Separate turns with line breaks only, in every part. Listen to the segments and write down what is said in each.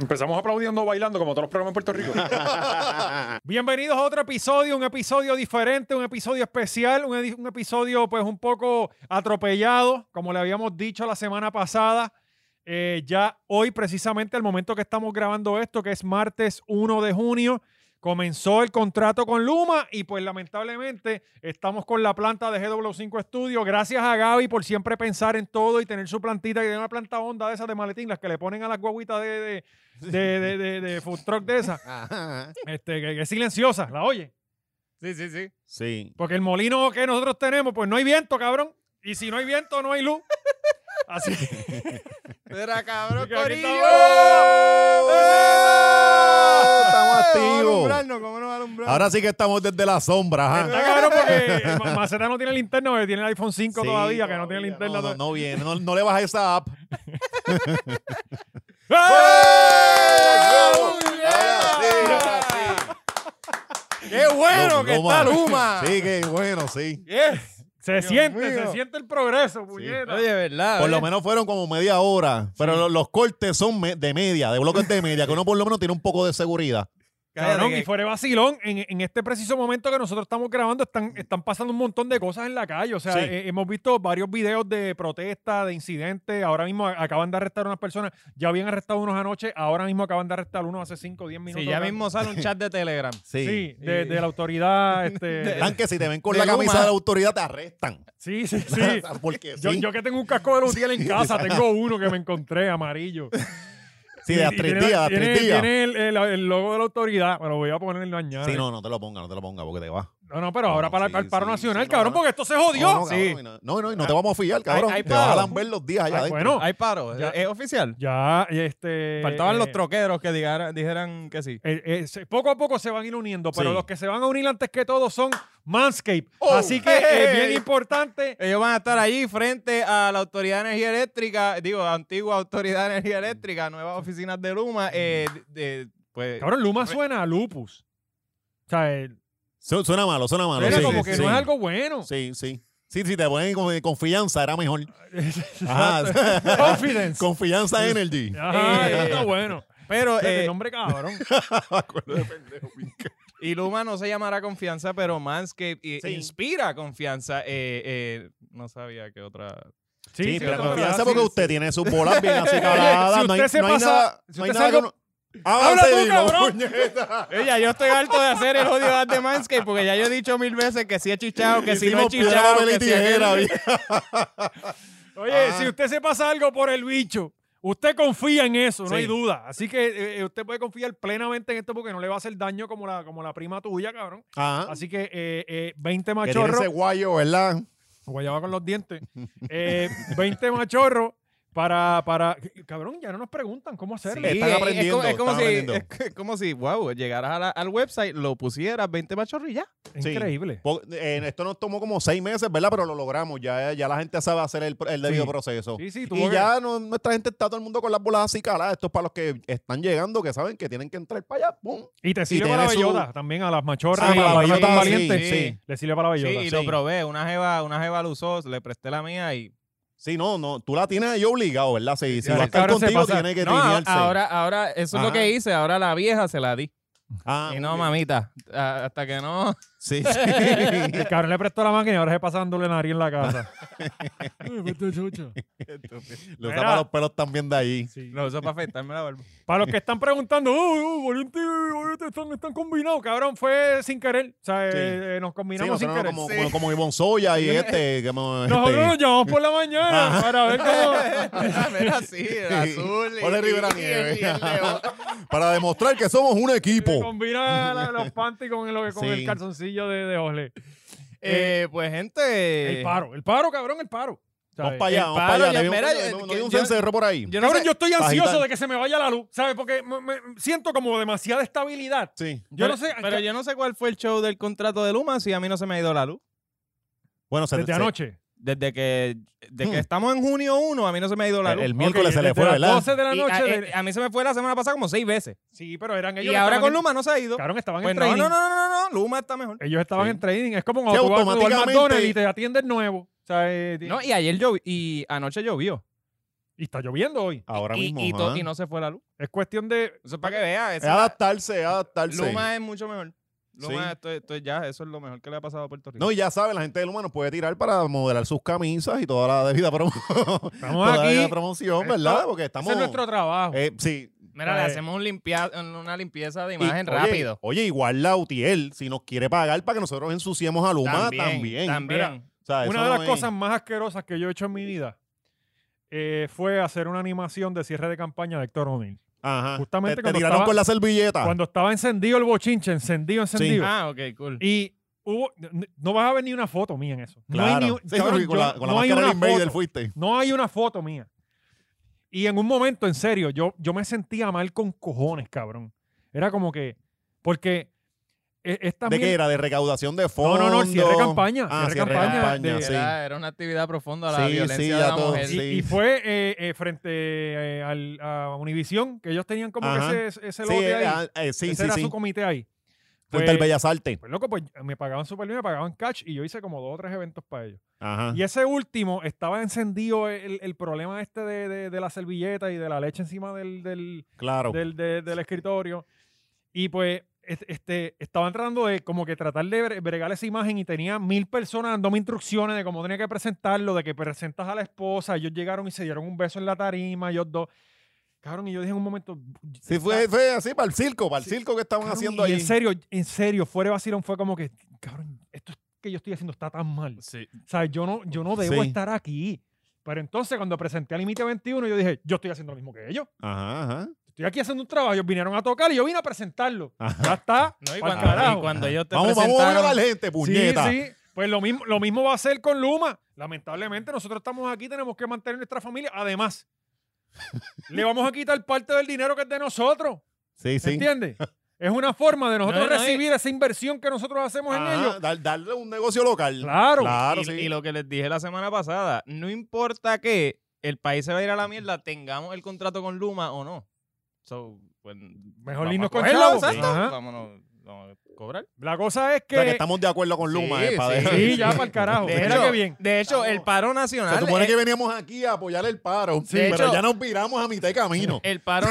Empezamos aplaudiendo, bailando, como todos los programas en Puerto Rico.
Bienvenidos a otro episodio, un episodio diferente, un episodio especial, un, edi- un episodio pues un poco atropellado, como le habíamos dicho la semana pasada. Eh, ya hoy, precisamente al momento que estamos grabando esto, que es martes 1 de junio, comenzó el contrato con Luma y pues lamentablemente estamos con la planta de GW5 Studio. Gracias a Gaby por siempre pensar en todo y tener su plantita, que tiene una planta honda de esas de maletín, las que le ponen a las guaguitas de, de, de, de, de- de food truck de esas.
Ajá.
Este, que, que es silenciosa, la oye.
Sí, sí, sí.
Sí.
Porque el molino que nosotros tenemos, pues no hay viento, cabrón. Y si no hay viento, no hay luz. Así que.
Mira, cabrón,
Así que aquí
corillo.
estamos.
¡Eh!
Estamos
Vamos a
activos.
alumbrarnos, ¿Cómo nos alumbramos?
Ahora sí que estamos desde la sombra,
Está
ajá.
cabrón porque eh, Ma- Maceta no tiene linterna, porque tiene el iPhone 5
Sí,
todavía, que no tiene
todavía,
linterna.
No, no,
todavía.
no viene, no, no le bajes esa app.
¡Ah! ¡Eh!
¡Muy bien!
Ahora sí,
¡Qué bueno que está Luma!
Sí, que bueno, sí.
Yes.
Se
Dios
siente,
mío.
se siente el progreso, puñeta.
Oye, ¿verdad?
Por lo
oye.
menos fueron como media hora, pero lo- los cortes son me- de media, de bloques de media, que uno por lo menos tiene un poco de seguridad.
Cállate
Cabrón,
que-
y fuera de vacilón, en, en este preciso momento que nosotros estamos grabando, están, están pasando un montón de cosas en la calle. O sea,
Sí.
eh, hemos visto varios videos de protestas, de incidentes. Ahora mismo a- acaban de arrestar a unas personas. Ya habían arrestado unos anoche. Ahora mismo acaban de arrestar uno hace 5 o 10 minutos.
Sí, ya
atrás.
mismo sale un chat de Telegram.
Sí.
Sí, de,
Sí.
de la autoridad. Este,
Dan que si te ven con
De
la
Luma.
camisa de la autoridad te arrestan.
sí, sí, sí.
Porque
Yo,
sí.
yo que tengo un casco de Lutiel en casa, tengo uno que me encontré amarillo.
sí, de
Y-
las
y
tres
tiene la-
días, de las
tiene,
tres días.
tiene el, el- el logo de la autoridad, me lo voy a poner en la añada.
Sí, no, no te lo ponga, no te lo ponga porque te va.
No, no, pero ahora
No,
para,
sí,
para el paro
sí,
nacional,
sí, no,
cabrón,
no.
porque esto se jodió.
No, no, cabrón, y no, no, no, y no te vamos a fiar, cabrón.
hay
te vas a
paro.
lamber los días allá
Ah,
adentro.
bueno.
Hay paro.
Ya.
Es oficial.
Ya, este.
Faltaban
eh,
los troqueros que digara- dijeran que sí.
eh, eh, se- poco a poco se van a ir uniendo, pero
Sí.
los que se van a unir antes que todo son Manscape.
Oh,
Así que es
hey.
bien importante.
Ellos van a estar allí frente a la Autoridad de Energía Eléctrica, digo, antigua Autoridad de Energía Eléctrica, nuevas oficinas de Luma, eh, de, de- pues...
Mm. Cabrón, Luma suena a lupus. O sea, eh,
Su- Suena malo, suena malo.
suena
Ah, sí,
como
sí,
que
sí.
no es algo bueno.
Sí, sí. Sí, si te ponen con eh, confianza, era mejor. Ajá.
Exacto. Confidence.
Confianza Energy.
Ajá,
Eh,
eso está bueno.
Pero,
Fíjate,
eh,
nombre cabrón.
Me acuerdo de pendejo, pinca.
y Luma no se llamará Confianza, pero Manscape eh,
Sí.
inspira confianza. eh, eh, no sabía que otra...
Sí,
sí,
sí,
pero
eso
confianza
está
porque
bien.
usted tiene sus bolas bien así
Oye,
caladas.
si
no hay,
usted se
no hay
pasa-
nada,
si
no hay
usted
nada
se
que
algo-
uno... Háblate,
tú,
dilo,
cabrón.
puñeta.
Ella, yo estoy harto de hacer el odio de Manscape, porque ya yo he dicho mil veces que sí he chichado, que sí no he
Hicimos piedra,
chichado,
papel y
que sí aquel-
tijera, bien.
Oye,
Ah.
si usted se pasa algo por el bicho, usted confía en eso, no
Sí.
hay duda. Así que eh, usted puede confiar plenamente en esto porque no le va a hacer daño como la, como la prima tuya, cabrón.
Ajá.
Así que eh, eh, 20
Ah, Que tiene
machorros.
ese guayo, ¿verdad?
Guayaba con los dientes. Eh, 20 machorros para, para. Cabrón, ya no nos preguntan cómo hacerlo.
Sí,
Están
es- es
aprendiendo,
como- Es como,
están
si,
aprendiendo.
es como si, wow, llegaras a la- al website, lo pusieras 20 machorros y ya.
sí.
Increíble.
Po- eh, esto nos tomó como seis meses, ¿verdad? Pero lo logramos. Ya, ya la gente sabe hacer el, el debido
Sí.
proceso.
Sí, sí, tuvo
Y
que-
ya no- nuestra gente está todo el mundo con las bolas así caladas. Esto es para los que están llegando, que saben que tienen que entrar para allá. ¡Pum!
Y te sirve
tiene
para la
su-
bellota también, a las machorras.
Ah,
y a
para
las
la
personas tan
bellota, sí,
valientes.
sí.
Le sirve para la
Sí,
bellota.
y
sí.
lo probé. Una jeva, una jeva lo usó, le presté la mía y.
Sí, no, no, tú la tienes ahí obligado, ¿verdad? Sí, si
Ya,
va a estar
cabrón, se
contigo,
pasa.
tiene que
No, a-
trinearse.
ahora, ahora, eso es lo
Ajá.
que hice. Ahora la vieja se la di.
Ah,
y no, mamita. a- hasta que no.
sí.
El cabrón le prestó la máquina y ahora se pasa dándole nariz en la casa. Ay, puto chucho.
Lo
Mira.
tapa los pelos también de ahí.
Sí.
Lo usó para afeitarme la barba.
Para los que están preguntando, oh, oh, Valiente y Valiente están, están combinados, cabrón, fue sin querer. O sea,
Sí.
eh, eh, nos
Sí,
combinamos sin
nosotros no,
querer.
como,
Sí.
como, como Ivonne Soya y este. Como, este
Nosotros nos llamamos por la mañana para ver cómo.
Mira, sí, el azul. y-
Ole Rivera
y- y el-
Nieves.
y el de oro.
Para demostrar que somos un
se
equipo.
Combina la- los panties con, el, con
Sí.
el calzoncillo de, de Ole.
Eh, pues, gente.
El paro, el paro, cabrón, el paro.
Vamos
¿Sabes?
para allá,
El
vamos
paro,
para
yo-
allá. No
mira,
hay
yo-
un- no hay un
yo-
cencerro por ahí.
Yo no
Cabrón,
sé-
yo estoy
Agitar.
ansioso de que se me vaya la luz, ¿sabes? Porque me- me- siento como demasiada estabilidad.
Sí.
Yo
pero-
no sé.
Pero yo no sé cuál fue el show del contrato de Luma si a mí no se me ha ido la luz.
Bueno, se,
desde
se-
anoche.
Desde que, de que
Hmm.
estamos en junio 1, a mí no se me ha ido la
El,
luz.
el miércoles
Ok,
se le
desde
fue,
las
¿verdad?
12 de la
Y
noche.
a,
de-
a- a mí se me fue la semana pasada como seis veces.
Sí, pero eran ellos.
Y
que
ahora
estaban
con
en-
Luma no se ha ido.
Cabrón, estaban
Pues
en
no, no,
training.
no, no, no, no, Luma está mejor.
Ellos estaban
Sí.
en trading. Es como
Sí,
cuando tú vas- tú vas al
automáticamente-
McDonald's y te atiende el nuevo. O sea, eh,
No, y ayer llovió, y anoche llovió.
Y está lloviendo hoy.
Ahora
y,
mismo.
y to-
ajá.
y no se fue la luz.
Es cuestión de.
Eso es para que veas.
Es
eso-
adaptarse, es adaptarse.
Luma es mucho mejor. Luma,
Sí.
esto, esto ya, eso es lo mejor que le ha pasado a Puerto Rico.
No, y ya saben, la gente de Luma nos puede tirar para modelar sus camisas y toda la debida, promo-
Estamos
toda la
aquí.
debida promoción, ¿verdad?
Esto-
Porque
Ese
estamos...
es nuestro trabajo.
eh, sí.
Mira, le
Eh.
hacemos un limpia- una limpieza de
Y,
imagen
oye,
rápido.
Oye, igual la UTIEL, si nos quiere pagar para que nosotros ensuciemos a Luma, también.
también.
O sea, eso
Una de
no
las
es-
cosas más asquerosas que yo he hecho en mi vida eh, fue hacer una animación de cierre de campaña de Héctor O'Neill.
Ajá.
justamente
te, te
cuando
tiraron
estaba-
con la servilleta.
Cuando estaba encendido el bochinche, encendido, encendido.
Ah, ok, cool.
Y hubo. n- No vas a ver ni una foto mía en eso. No hay
Claro.
ni un-
Sí,
cabrón,
porque con
yo-
la, con la
no hay
máscara del
una
Invader
foto.
fuiste.
No hay una foto mía. Y en un momento, en serio, yo, yo me sentía mal con cojones, cabrón. Era como que. Porque. e- Esta
¿De qué
mierda-
era? ¿De recaudación de
No,
fondos?
no, no, el cierre de campaña, cierre
Ah,
de
cierre de
campaña
campaña,
de-
sí.
Era, era una actividad profunda la
Sí,
violencia
sí,
de
ya
la
todo-
mujer.
Y,
sí.
y fue eh, eh, frente eh, al, a Univisión, que ellos tenían como que
Ajá.
ese, ese
Sí,
lote ahí.
era- eh, sí,
ese
sí,
era
sí.
su comité ahí.
Frente al
Pues-
Bellas Artes.
Pues loco, pues me pagaban súper bien, me pagaban cash y yo hice como dos o tres eventos para ellos.
Ajá.
Y ese último estaba encendido el, el problema este de, de- de la servilleta y de la leche encima del, del,
Claro.
del, de- del escritorio. Y pues es- este, estaban tratando de como que tratar de bre- bregar esa imagen y tenía mil personas dándome instrucciones de cómo tenía que presentarlo, de que presentas a la esposa. Ellos llegaron y se dieron un beso en la tarima, ellos dos. Cabrón, y yo dije en un momento...
Sí, fue, fue así para el circo, para el
Sí.
circo que estaban
cabrón,
haciendo
y
ahí.
En serio, en serio, fuera de vacilón fue como que, cabrón, esto que yo estoy haciendo está tan mal.
Sí.
O sea, yo no, yo no debo
Sí.
estar aquí. Pero entonces cuando presenté al Límite 21, yo dije, yo estoy haciendo lo mismo que ellos.
Ajá, ajá.
Estoy aquí haciendo un trabajo. Ellos vinieron a tocar y yo vine a presentarlo.
Ajá.
Ya está.
No,
pa'l
y cuando,
carajo.
y cuando ellos te
Vamos, vamos a
presentaron...
ver a la gente, puñeta.
Sí, sí. Pues lo mismo, lo mismo va a ser con Luma. Lamentablemente, nosotros estamos aquí, tenemos que mantener nuestra familia. Además, le vamos a quitar parte del dinero que es de nosotros.
Sí, sí.
¿Entiendes? Es una forma de nosotros
No, no, y-
recibir esa inversión que nosotros hacemos
Ajá,
en ellos.
dar- darle un negocio local.
Claro.
Claro,
y,
sí.
y lo que les dije la semana pasada, no importa que el país se va a ir a la mierda, tengamos el contrato con Luma o no. So, pues,
Mejor
vamos
irnos
a
con
cogerlo,
chavos.
exacto.
Ajá.
Vámonos, vamos a cobrar.
La cosa es
O
que.
sea, que estamos de acuerdo con Luma.
Sí,
eh, para
sí.
dejar-
Sí, ya para el carajo.
De
pues, Mira
hecho-
qué bien.
De hecho, el paro nacional...
Se supone
es-
que veníamos aquí a apoyar el paro,
de
pero
hecho-
ya nos viramos a mitad de camino.
El paro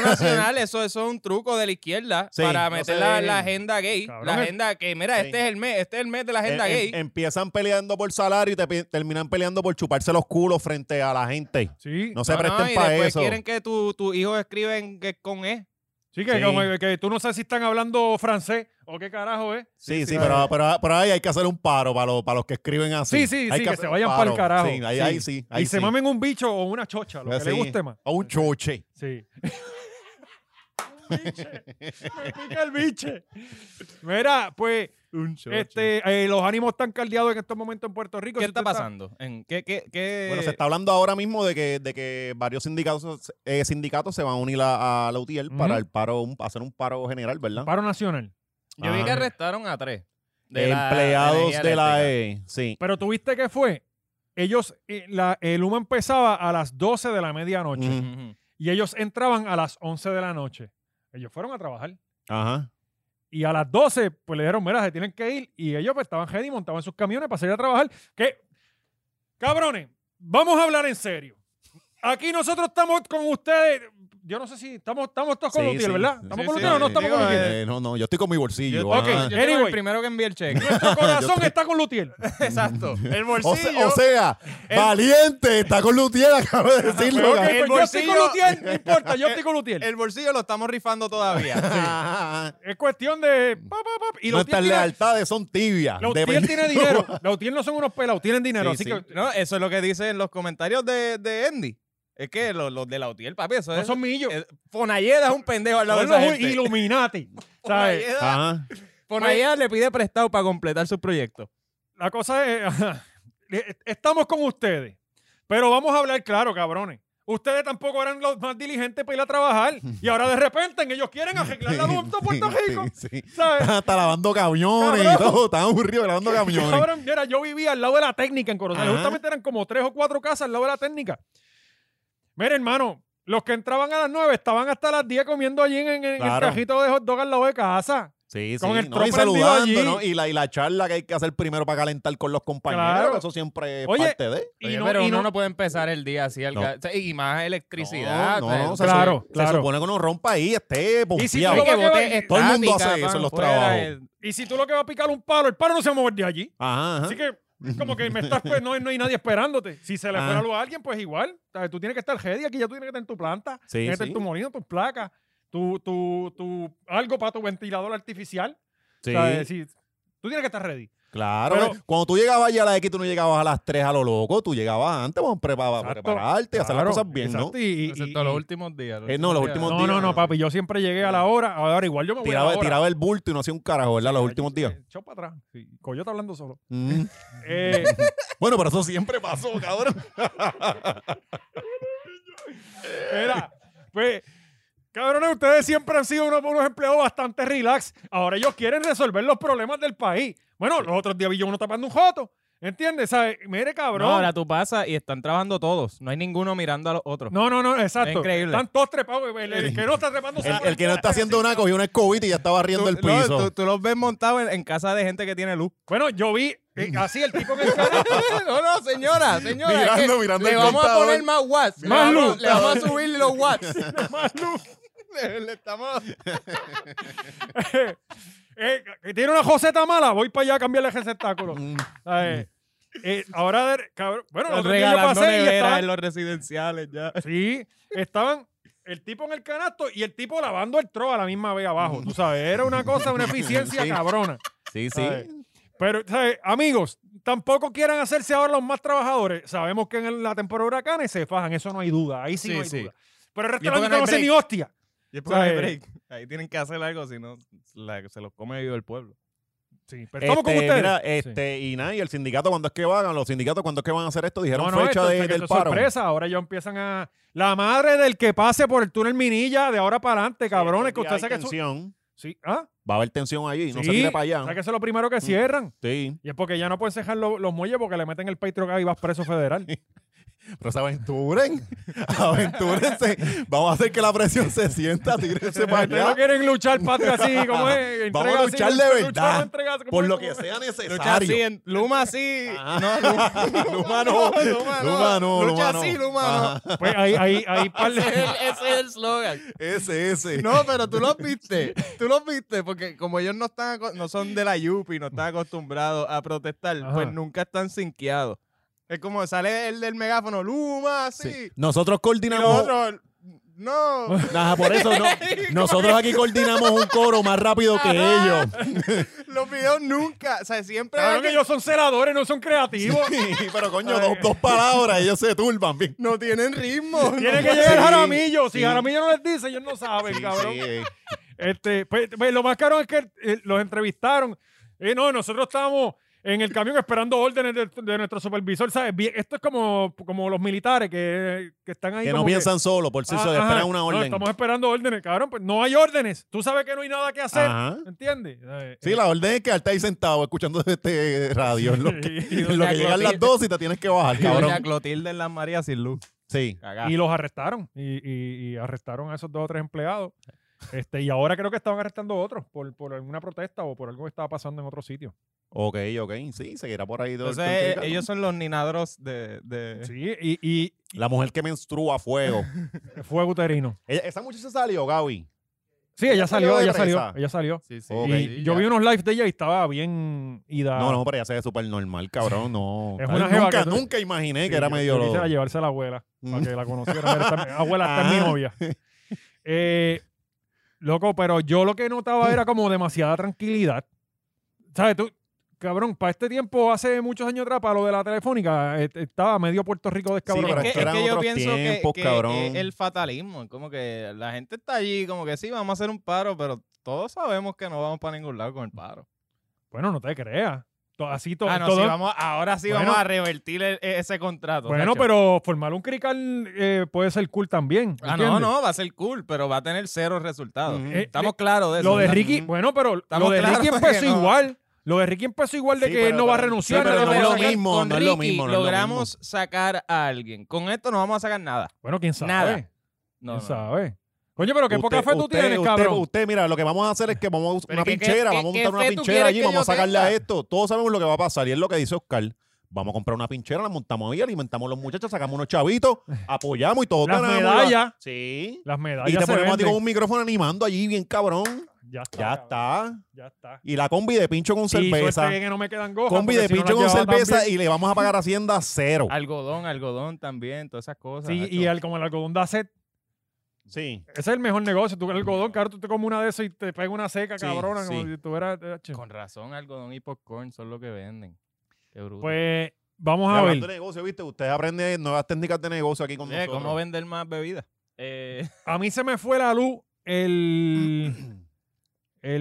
nacional, eso, eso es un truco de la izquierda
Sí,
para
no
meter
se
la,
dejen.
la agenda gay.
Cabrón,
la
el-
agenda que, mira,
Sí.
este es el mes, este es el mes de la agenda
Em-
gay.
em- empiezan peleando por salario y te pe- terminan peleando por chuparse los culos frente a la gente.
Sí.
No se
No, no,
presten
y
para
después
eso.
quieren que tu, tu hijo escriben que con E.
Sí, que,
Sí.
como que- que tú no sabes si están hablando francés o qué carajo es.
Sí, sí,
sí,
pero,
sí.
pero, pero ahí hay que hacer un paro para, los- para los que escriben así.
Sí, sí,
Hay
sí, que
hacer
se
un
vayan pa'l carajo.
Sí,
Sí. Pues
ahí sí. Ahí, sí, ahí
y se
sí. Pues
mamen un bicho o una chocha, lo que
Sí.
le guste más. Eh,
O un choche.
Sí. Biche. Me pica el biche. Mira, pues
Un
este, eh, los ánimos están caldeados en estos momentos en Puerto Rico.
¿Qué
Si
está
tú estás-
pasando? ¿En qué, qué, qué-
Bueno, se está hablando ahora mismo de que, de que varios sindicatos, eh, sindicatos se van a unir a, a la UTIEL para
Ujú.
el paro, un- hacer un paro general, ¿verdad?
Paro nacional.
Yo vi que
Ajá.
arrestaron a tres. de
Ah.
la-
Empleados
energía
de la
eléctrica.
E. Sí.
Pero tú viste que fue. Ellos, eh, la, el humo empezaba a las 12 de la medianoche
Mm.
Ujú.
y ellos entraban a las 11 de la noche. Ellos fueron a trabajar.
Ajá.
Y a las 12, pues le dijeron, mira, se tienen que ir. Y ellos pues, estaban ready, montaban sus camiones para salir a trabajar. Que, cabrones, vamos a hablar en serio. Aquí nosotros estamos con ustedes. Yo no sé si estamos, estamos todos con
Sí,
Lutiel,
sí.
¿verdad?
Sí,
¿Estamos
sí,
con Lutiel o no
sí.
estamos
Digo,
con Lutiel?
eh,
Eh, no, no, yo estoy con mi bolsillo.
Yo,
Ok,
ajá.
yo tengo
anyway.
el primero que envié el cheque.
Nuestro corazón está con Lutiel.
Exacto. El bolsillo.
O sea, o sea, valiente, está con Lutier, acabo de decirlo.
Ok,
cabrón.
pues yo estoy con
bolsillo-
Lutiel, no importa, yo estoy con Lutiel.
el bolsillo lo estamos rifando todavía.
Ajá.
es cuestión de... pa, pa, pa, y Lutiel
Nuestras
tiene-
lealtades son tibias.
Lutiel
dependiendo-
tiene dinero. Lutiel no son unos pelados, tienen dinero.
Sí,
así
sí.
que
No, eso es lo que dicen los comentarios de, de Andy. Es que los, los de la UTIEL, papi, eso
no
es.
son millos.
es- Fonalleda Eh, es un pendejo al lado de
Son
esa
los
gente.
Illuminati. ¿sabes?
Fonalleda,
Ajá.
Fonalleda le pide prestado para completar su proyecto.
La cosa es, ajá, e- estamos con ustedes, pero vamos a hablar claro, cabrones. Ustedes tampoco eran los más diligentes para ir a trabajar y ahora de repente ellos quieren arreglar la luz de Puerto Rico.
Sí, sí.
¿Sabes?
Hasta lavando camiones y
Cabrón.
todo. Estaba aburrido lavando camiones.
Cabrón, mira, yo vivía al lado de la técnica en Corozal.
Ajá.
Justamente eran como tres o cuatro casas al lado de la técnica. Mira, hermano, los que entraban a las nueve estaban hasta las diez comiendo allí en, en- en
Claro.
el cajito de hot dog al lado de casa.
Sí,
Con
sí.
el
no, y
tro prendido
saludando,
allí.
¿no? Y la, y la charla que hay que hacer primero para calentar con los compañeros,
Claro.
que eso siempre es
Oye,
parte de.
Y
Oye,
no-
pero
y
uno
no-
no puede empezar el día así. al
No.
ga- o sea, y más electricidad. pues,
No,
o sea,
no, no,
se
claro.
supone
Se supone que uno rompa ahí, esté pompeado.
tú
que
lo que
bote
va-
estática,
Todo el mundo hace eso en
pan,
los
fuera,
trabajos.
eh,
Y si tú lo que vas a picar un palo, el palo no se va a mover de allí.
Ajá, ajá.
Así que como que me estás, pues, no, no hay nadie esperándote. Si se le
Ah.
fuera luz a alguien, pues igual. O sea, Tú tienes que estar ready aquí, ya tú tienes que estar en tu planta,
Sí,
tienes que estar
sí.
en tu molino, tus placas, tu, tu, tu, algo para tu ventilador artificial.
Sí,
O sea, si- tú tienes que estar ready.
claro.
pero-
que cuando tú llegabas ya a la X, tú no llegabas a las 3 a lo loco, tú llegabas antes pues, pre- para
Exacto.
prepararte, hacer las
Claro,
cosas bien, ¿no?
exacto, y- y-
excepto
y-
los últimos días.
Eh, no, los últimos
No,
días.
no, no, papi. Yo siempre llegué a la hora. Ahora igual yo me voy a la
Tiraba,
hora.
tiraba el bulto y no hacía un carajo, ¿verdad? Los últimos días.
Echó para atrás. Sí, Coyota hablando solo.
Mm.
Eh,
Bueno, pero eso siempre pasó, cabrón.
Mira, pues, cabrones, ustedes siempre han sido unos, unos empleados bastante relax. Ahora ellos quieren resolver los problemas del país. Bueno, los otros días vi yo uno tapando un joto. ¿Entiendes? ¿Sabe? Mire,
No,
cabrón.
ahora tú pasas y están trabajando todos. No hay ninguno mirando a los otros.
No, no, no, exacto.
Es increíble.
Están todos trepados. El, el que no está trepando se
El,
pone
el que no está haciendo nada cogió una escobita y ya estaba riendo el
Tú- no,
piso.
tú, tú los ves montados en, en casa de gente que tiene luz.
Bueno, yo vi eh, así el tipo en el canal.
no, no, señora, señora. es
Mirando,
que
mirando
le
el
vamos a
contador.
poner más watts. le
Más
vamos-
luz.
Le vamos a subir los watts.
más luz.
le, le estamos...
Eh, que tiene una joseta mala, voy para allá a cambiarle el receptáculo.
Mm.
¿Sabes? Eh, ahora, de- cabrón, bueno, los
Están
otros días yo
regalando
pasé y
neveras
estaban-
en los residenciales ya.
Sí, estaban el tipo en el canasto y el tipo lavando el tro a la misma vez abajo. Tú sabes, era una cosa, una eficiencia
Sí.
cabrona.
Sí, sí.
¿sabes? Pero, ¿sabes? amigos, tampoco quieran hacerse ahora los más trabajadores. Sabemos que en el- la temporada de huracanes se fajan, eso no hay duda. Ahí sí,
Sí,
no hay
sí.
duda. Pero el
Y es porque
restaurante
no
no,
hay
hace ni
break.
hostia.
Y es
O sea,
porque
eh,
break. Ahí tienen que hacer algo, si no la- se los come vivo el pueblo.
Sí, pero estamos con
Este,
ustedes.
mira,
Sí.
este, y nada, y el sindicato, ¿cuándo es que van? Los sindicatos, ¿cuándo es que van a hacer esto? Dijeron
No, no,
fecha
esto-
de-
esto- esto
del
es
paro.
sorpresa. Ahora ya empiezan a. La madre del que pase por el túnel Minilla de ahora para adelante, cabrones, que
Estos días
usted
hay
sabe que eso-
tensión.
Sí, ah,
Va a haber tensión allí, no Mm.
sí,
se tire para allá.
sabe que eso es lo primero que cierran.
Sí,
Y es porque ya no pueden cejar lo- los muelles porque le meten el Patreon y vas preso federal.
pero se aventuren, aventúrense. Vamos a hacer que la presión se sienta, tírense para
Ustedes no
allá.
quieren luchar patria así, como es.
Vamos
Entrega
a
así,
luchar de
lucha,
verdad,
no entrega, ¿cómo
Por
es?
lo
¿Cómo
que
es?
sea
Lucha así,
necesario.
en- Luma así.
Ajá.
No, Luma,
Luma no, Luma no, Luma
Lucha
no.
así, Ah. Luma no.
Pues ahí, ahí, ahí, par de-
Ese es el- ese es el slogan.
Ese, ese.
No, pero tú los viste, tú los viste, porque como ellos no están, aco- no son de la Yupi, no están acostumbrados a protestar,
Ajá.
pues nunca están sinqueados. Es como sale el del megáfono, Luma, así,
Sí. Nosotros
y los
coordinamos.
otros, no.
Ajá, por eso no. Nosotros aquí coordinamos un coro más rápido que ellos.
Los videos nunca, o sea, siempre
Cabrón,
alguien-
ellos son celadores, no son creativos.
Sí, pero coño, dos, dos palabras, ellos se turban bien.
no tienen ritmo.
Tiene que
Sí,
llegar Jaramillo. Si
sí.
Jaramillo no les dice, ellos no saben, cabrón. Este, pues, pues, lo más caro es que eh, los entrevistaron. Eh, no, nosotros estábamos en el camión esperando órdenes de, de nuestro supervisor. ¿sabes? Bien, Esto es como, como los militares que, que están ahí.
Que no
como que-
piensan solo, por sí
Ah,
solos,
ajá.
esperan una
No,
orden.
estamos esperando órdenes, cabrón. Pues no hay órdenes. Tú sabes que no hay nada que hacer.
Ajá.
¿Entiendes? Eh,
Sí, la orden es quedarte ahí sentado escuchando este radio. En lo que,
Y
en lo que llegan las dos y te tienes que bajar,
Y Doña
cabrón.
Clotilde en las María sin luz.
Sí.
Cagá.
Y los arrestaron. Y, y- y arrestaron a esos dos o tres empleados. Este, y ahora creo que estaban arrestando a otros por, por alguna protesta o por algo que estaba pasando en otro sitio.
Ok, ok. Sí, seguirá por ahí. todo el-
Entonces,
todo el
eh,
cabrón.
ellos son los ninadros de...
Eh.
de-
Sí, y, y-
La mujer que menstrua a fuego.
y fue uterino.
Ella- esa muchacha salió, Gaby.
Sí, ella salió,
de
ella
presa.
salió, ella salió.
Sí, sí.
Ok.
Y yo vi unos lives de ella y estaba bien ida.
No, no, pero ella se ve súper normal, cabrón. No.
Ah. Es una jeva
nunca,
que tú-
nunca imaginé
Sí,
que era
yo-
medio.
yo quisiera
loco.
llevarse a la abuela para
Mm.
que la conociera. Pero esta- abuela, esta es mi
Ah.
novia. Eh, loco, pero yo lo que notaba era como demasiada tranquilidad. ¿Sabes tú? Cabrón, para este tiempo, hace muchos años atrás, para lo de la telefónca, eh, estaba medio Puerto Rico
Sí,
descabronado.
pero
es que,
eran
es que yo
otros
pienso que-
tiempos,
que,
cabrón.
es el fatalismo, es como que la gente está allí, como que sí, vamos a hacer un paro, pero todos sabemos que no vamos para ningún lado con el paro.
Bueno, no te creas. To- Así to-
ah, no,
todo.
sí, vamos, ahora sí
Bueno.
vamos a revertir el- e- ese contrato.
bueno,
chacho.
pero formar un crical eh, puede ser cool también.
Ah, no,
¿entiendes?
no, va a ser cool, pero va a tener cero resultados.
Ujú.
Eh,
Estamos claros de eso.
Lo de
¿verdad?
Ricky, bueno, pero lo
Estamos
de Ricky
claros que
empezó
no.
igual. Lo de Ricky empezó igual de
Sí,
que él
pero
no va a
también-
renunciar.
sí, pero
no
no
va a
es lo
sacar-
con-
mismo,
con
no es lo
Ricky
mismo, no es lo
logramos sacar a alguien. Con esto no vamos a sacar nada.
Bueno, quién sabe.
Nada. No,
¿Quién
no, no.
sabe? Coño, pero qué
Usted-
poca fe tú
usted-
tienes,
usted-
cabrón.
Usted, mira, lo que vamos a hacer es que vamos a usar una
Pero es que, ¿qué-
pinchera, vamos a
qué-
montar
qué
una
fe tú
pinchera
quieres
allí,
que
vamos a
yo
sacarle a
tenga?
esto. Todos sabemos lo que va a pasar y es lo que dice Oscar. Vamos a comprar una pinchera, la montamos ahí, alimentamos a los muchachos, sacamos unos chavitos, apoyamos y todo.
Las medallas.
Sí.
Las medallas.
Y te
se
ponemos a ti con
venden.
un micrófono animando allí, bien cabrón.
Ya está.
Ya
cabrón,
está.
Ya está.
Y la combi de pincho con
Y
cerveza.
suerte que no me quedan gojas.
Combi
porque
de
si no
pincho con
las llevaba
cerveza
también.
y le vamos a pagar a Hacienda cero.
Algodón, algodón también, todas esas cosas.
Sí,
macho.
y el, como el algodón da sed.
Sí.
Ese es el mejor negocio. Tú con el algodón, claro, tú te comes una de esas y te pega una seca,
Sí,
cabrona. Como
sí.
si tuvieras. eh, che.
Con razón, algodón y popcorn son lo que venden. Qué bruto.
Pues vamos
Y
a
hablando
ver.
de negocio, ¿viste? Ustedes aprenden nuevas técnicas de negocio aquí con
Eh,
nosotros.
¿Cómo vender más bebidas? Eh,
A mí se me fue la luz el.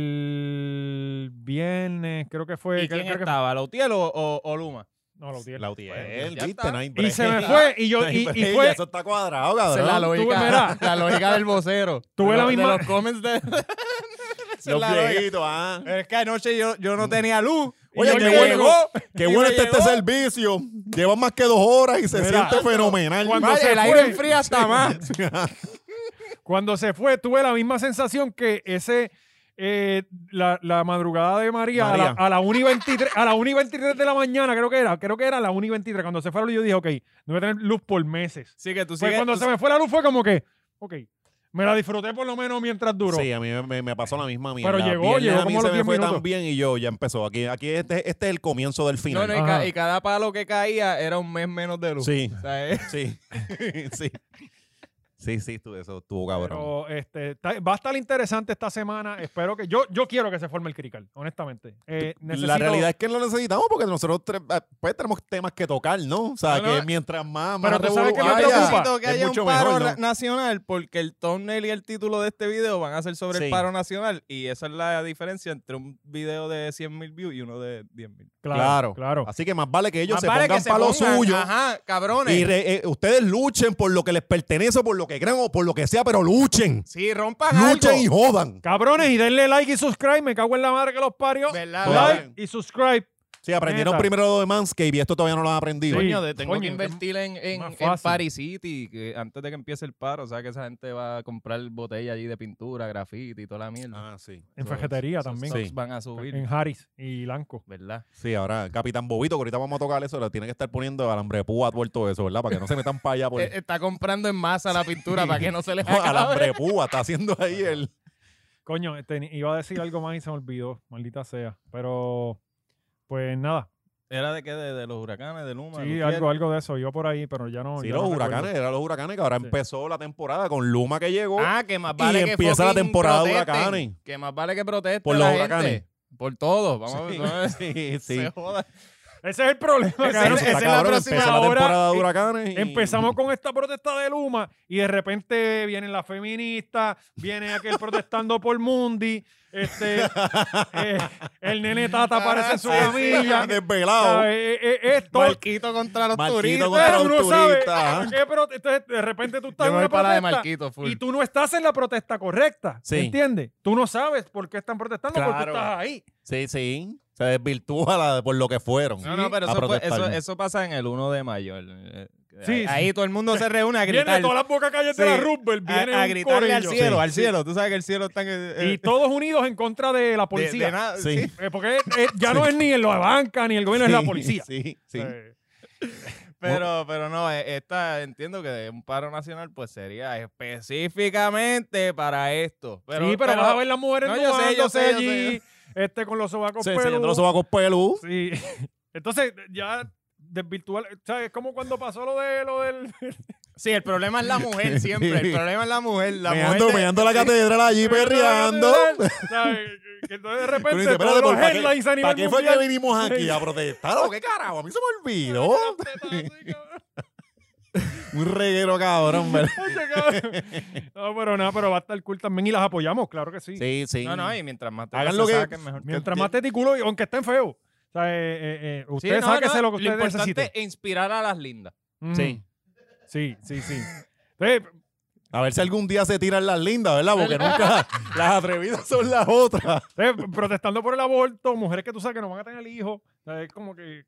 El viernes, creo que fue.
¿Y
Pues, creo-
quién
creo que-
estaba? ¿Lautiel o, o, o Luma?
no, lo tiene.
La
Pues,
UTL, ¿viste?
ya está.
No hay
Y se me
break.
fue. Y yo,
No hay
y, y
break,
fue.
Eso está cuadrado,
Esa es la
cabrón.
Tú,
lógica,
mira.
la lógica del vocero.
Tuve
De
la
lo-
misma-
De los comments de... Esa es
Los
la lógica.
viejitos, ah.
Pero es que anoche yo, yo no tenía luz. Y
Oye,
yo
qué
llego-
bueno. Qué
Y
bueno
me
está este
llegó.
servicio. Lleva más que dos horas y se
Mira,
siente fenomenal.
cuando
Vaya,
se
el aire
fue.
enfría hasta más.
Cuando se fue, tuve la misma sensación que ese. eh, la, la madrugada de María,
María.
A, la, a la 1 y 23 a la 1 y 23 de la mañana, creo que era, creo que era a la 1 y 23. Cuando se fue la luz, yo dije, ok, no voy a tener luz por meses.
Sí, que tú
Pues
sigues...
cuando
tú-
se me fue la luz fue como que, ok, me la disfruté por lo menos mientras duró.
Sí, a mí me- me, me pasó la misma mierda.
Pero llegó,
Viernes
llegó
a mí
como
se
los
me
10
fue
minutos.
tan bien y yo ya empezó. Aquí, aquí este, este es el comienzo del
No,
final.
no, y,
Ajá.
ca- y cada palo que caía era un mes menos de luz.
Sí,
O sea, es-
sí, sí. Sí, sí, tú, eso estuvo cabrón.
Pero este, está- va a estar interesante esta semana. Espero que yo, yo quiero que se forme el crical, honestamente. Eh,
La
necesito-
realidad es que no lo necesitamos porque nosotros tres, eh, pues, tenemos temas que tocar, ¿no? O sea,
No, no.
que mientras más, más
Pero tú sabes que
revolú
me
haya,
Yo
preocupa.
necesito que
es
haya un
mucho
paro
mejor,
ra-
¿no?
nacional porque el thumbnail y el título de este video van a ser sobre
Sí.
el paro nacional y esa es la diferencia entre un video de 100 mil views y uno de 10 mil.
Claro,
Claro.
claro.
Así que más vale que ellos
Más
se
vale
pongan
que se
para lo
pongan,
suyo.
Ajá, cabrones.
Y re- eh, ustedes luchen por lo que les pertenece, o por lo que crean o por lo que sea, pero luchen.
sí, rompan
Luchen y
algo.
jodan.
Cabrones, y denle like y subscribe. Me cago en la madre que los parió.
¿Verdad?
Like
Joder.
y subscribe.
Sí, aprendieron
Neta.
primero lo de Manscaped y esto todavía no lo han aprendido.
Sí.
Coño, de- tengo
Coño,
que
que
invertir en, en,
más
en
fácil.
Party City que antes de que empiece el paro. O sea, que esa gente va a comprar botellas allí de pintura, grafiti y toda la mierda.
Ah, sí.
En
Esos-
fajetería
esos
también.
stocks
Sí.
van a subir,
En Harris y Lanco.
¿verdad?
Sí, ahora Capitán Bobito, que ahorita vamos a tocar eso, le tiene que estar poniendo alambre de púa a todo eso, ¿verdad? Para que no se metan para allá por
Eh, Está comprando en masa la pintura para que no se les acabe.
alambre de púa, está haciendo ahí el.
Coño, este, iba a decir algo más y se me olvidó. Maldita sea. Pero, pues nada.
¿Era de qué? De, de los huracanes, de Luma.
Sí,
Lufiel.
algo, algo de eso. Iba por ahí, pero ya no.
Sí,
ya
los
no recuerdo.
huracanes, era los huracanes que ahora
Sí.
empezó la temporada con Luma que llegó.
Ah, que más
Y
vale que
empieza la
fucking
temporada de
protesten,
huracanes.
Que más vale que protesten
Por
la
los
gente.
huracanes.
Por todo. Vamos
Sí,
a ver.
sí, sí.
Se joda.
Ese es el problema.
Ese-
cabrón.
Eso está
esa es la
cabrón,
próxima
empezó la
hora.
temporada de
Eh,
huracanes. y-
Empezamos con esta protesta de Luma y de repente vienen las feministas, viene aquel protestando por Mundi, este, eh, el nene Tata aparece en su
Ah, Sí, sí,
camilla.
Desvelado.
¿sabes? Eh, eh, eh, esto,
Marquito contra los
Marquito
turistas.
contra
pero
los
tú no sabes.
turistas, ajá.
¿qué pro- eh, entonces, de repente tú
Yo
estás
me
en
voy
una
para la de
protesta
Marquito. Full.
y tú no estás en la protesta correcta.
Sí.
¿Entiendes? Tú no sabes por qué están protestando porque tú
Claro.
estás ahí.
Sí, sí. Se desvirtúa la- por lo que fueron.
Ah,
No, no, pero
a
eso, fue-
protestar.
eso, eso pasa en el 1 de mayo. el- eh,
Sí,
ahí,
sí.
ahí todo el mundo se reúne a
Viene
gritar.
todas las bocas calles de la
Sí.
Rubber,
a-
viene
a,
un
gritarle al
corillo.
cielo,
Sí.
al cielo. Eh. Tú sabes que el cielo está en.
Y todos unidos en contra de la policía.
Sí.
Eh, porque eh, ya no es ni en la banca ni el gobierno, es la policía.
Sí, sí.
Eh,
Pero, pero no, eh, esta entiendo que un paro nacional pues sería específicamente para esto. Pero,
sí, pero, vas a ver las mujeres
No,
no,
yo sé, yo sé, yo
allí, este con los sobacos
Se
peludos.
enseñando los sobacos pelú.
Sí. Entonces, ya desvirtual, o sea, es como cuando pasó lo de lo del
Sí, el problema es la mujer siempre. El problema es la mujer. La mujer
meando,
de-
meando la catedral allí, perreando.
O sea, que- que entonces de
Tú
repente
dices, espérate,
todos los
¿por ¿para
headlines
qué,
a
para
nivel
qué fue que
mundial-
vinimos aquí a protestar? ¿O qué carajo? A mí se me olvidó. Un reguero cabrón, ¿verdad?
No, pero nada, pero va a estar cool también y las apoyamos, claro que sí.
Sí, sí.
No, no, y mientras más te
Hagan
se
lo Ah, que-
saquen, mejor.
Mientras más te ticulo, y aunque estén feos. O sea, eh, eh, eh,
Sí,
ustedes
no,
saben que
no,
sé lo que ustedes
lo importante
necesiten.
es inspirar a las lindas.
Ujú.
Sí.
Sí, sí, sí. Eh,
A ver si algún día se tiran las lindas, ¿verdad? Porque nunca las atrevidas son las otras.
eh, protestando por el aborto, mujeres que tú sabes que no van a tener hijos. O sea, es como que.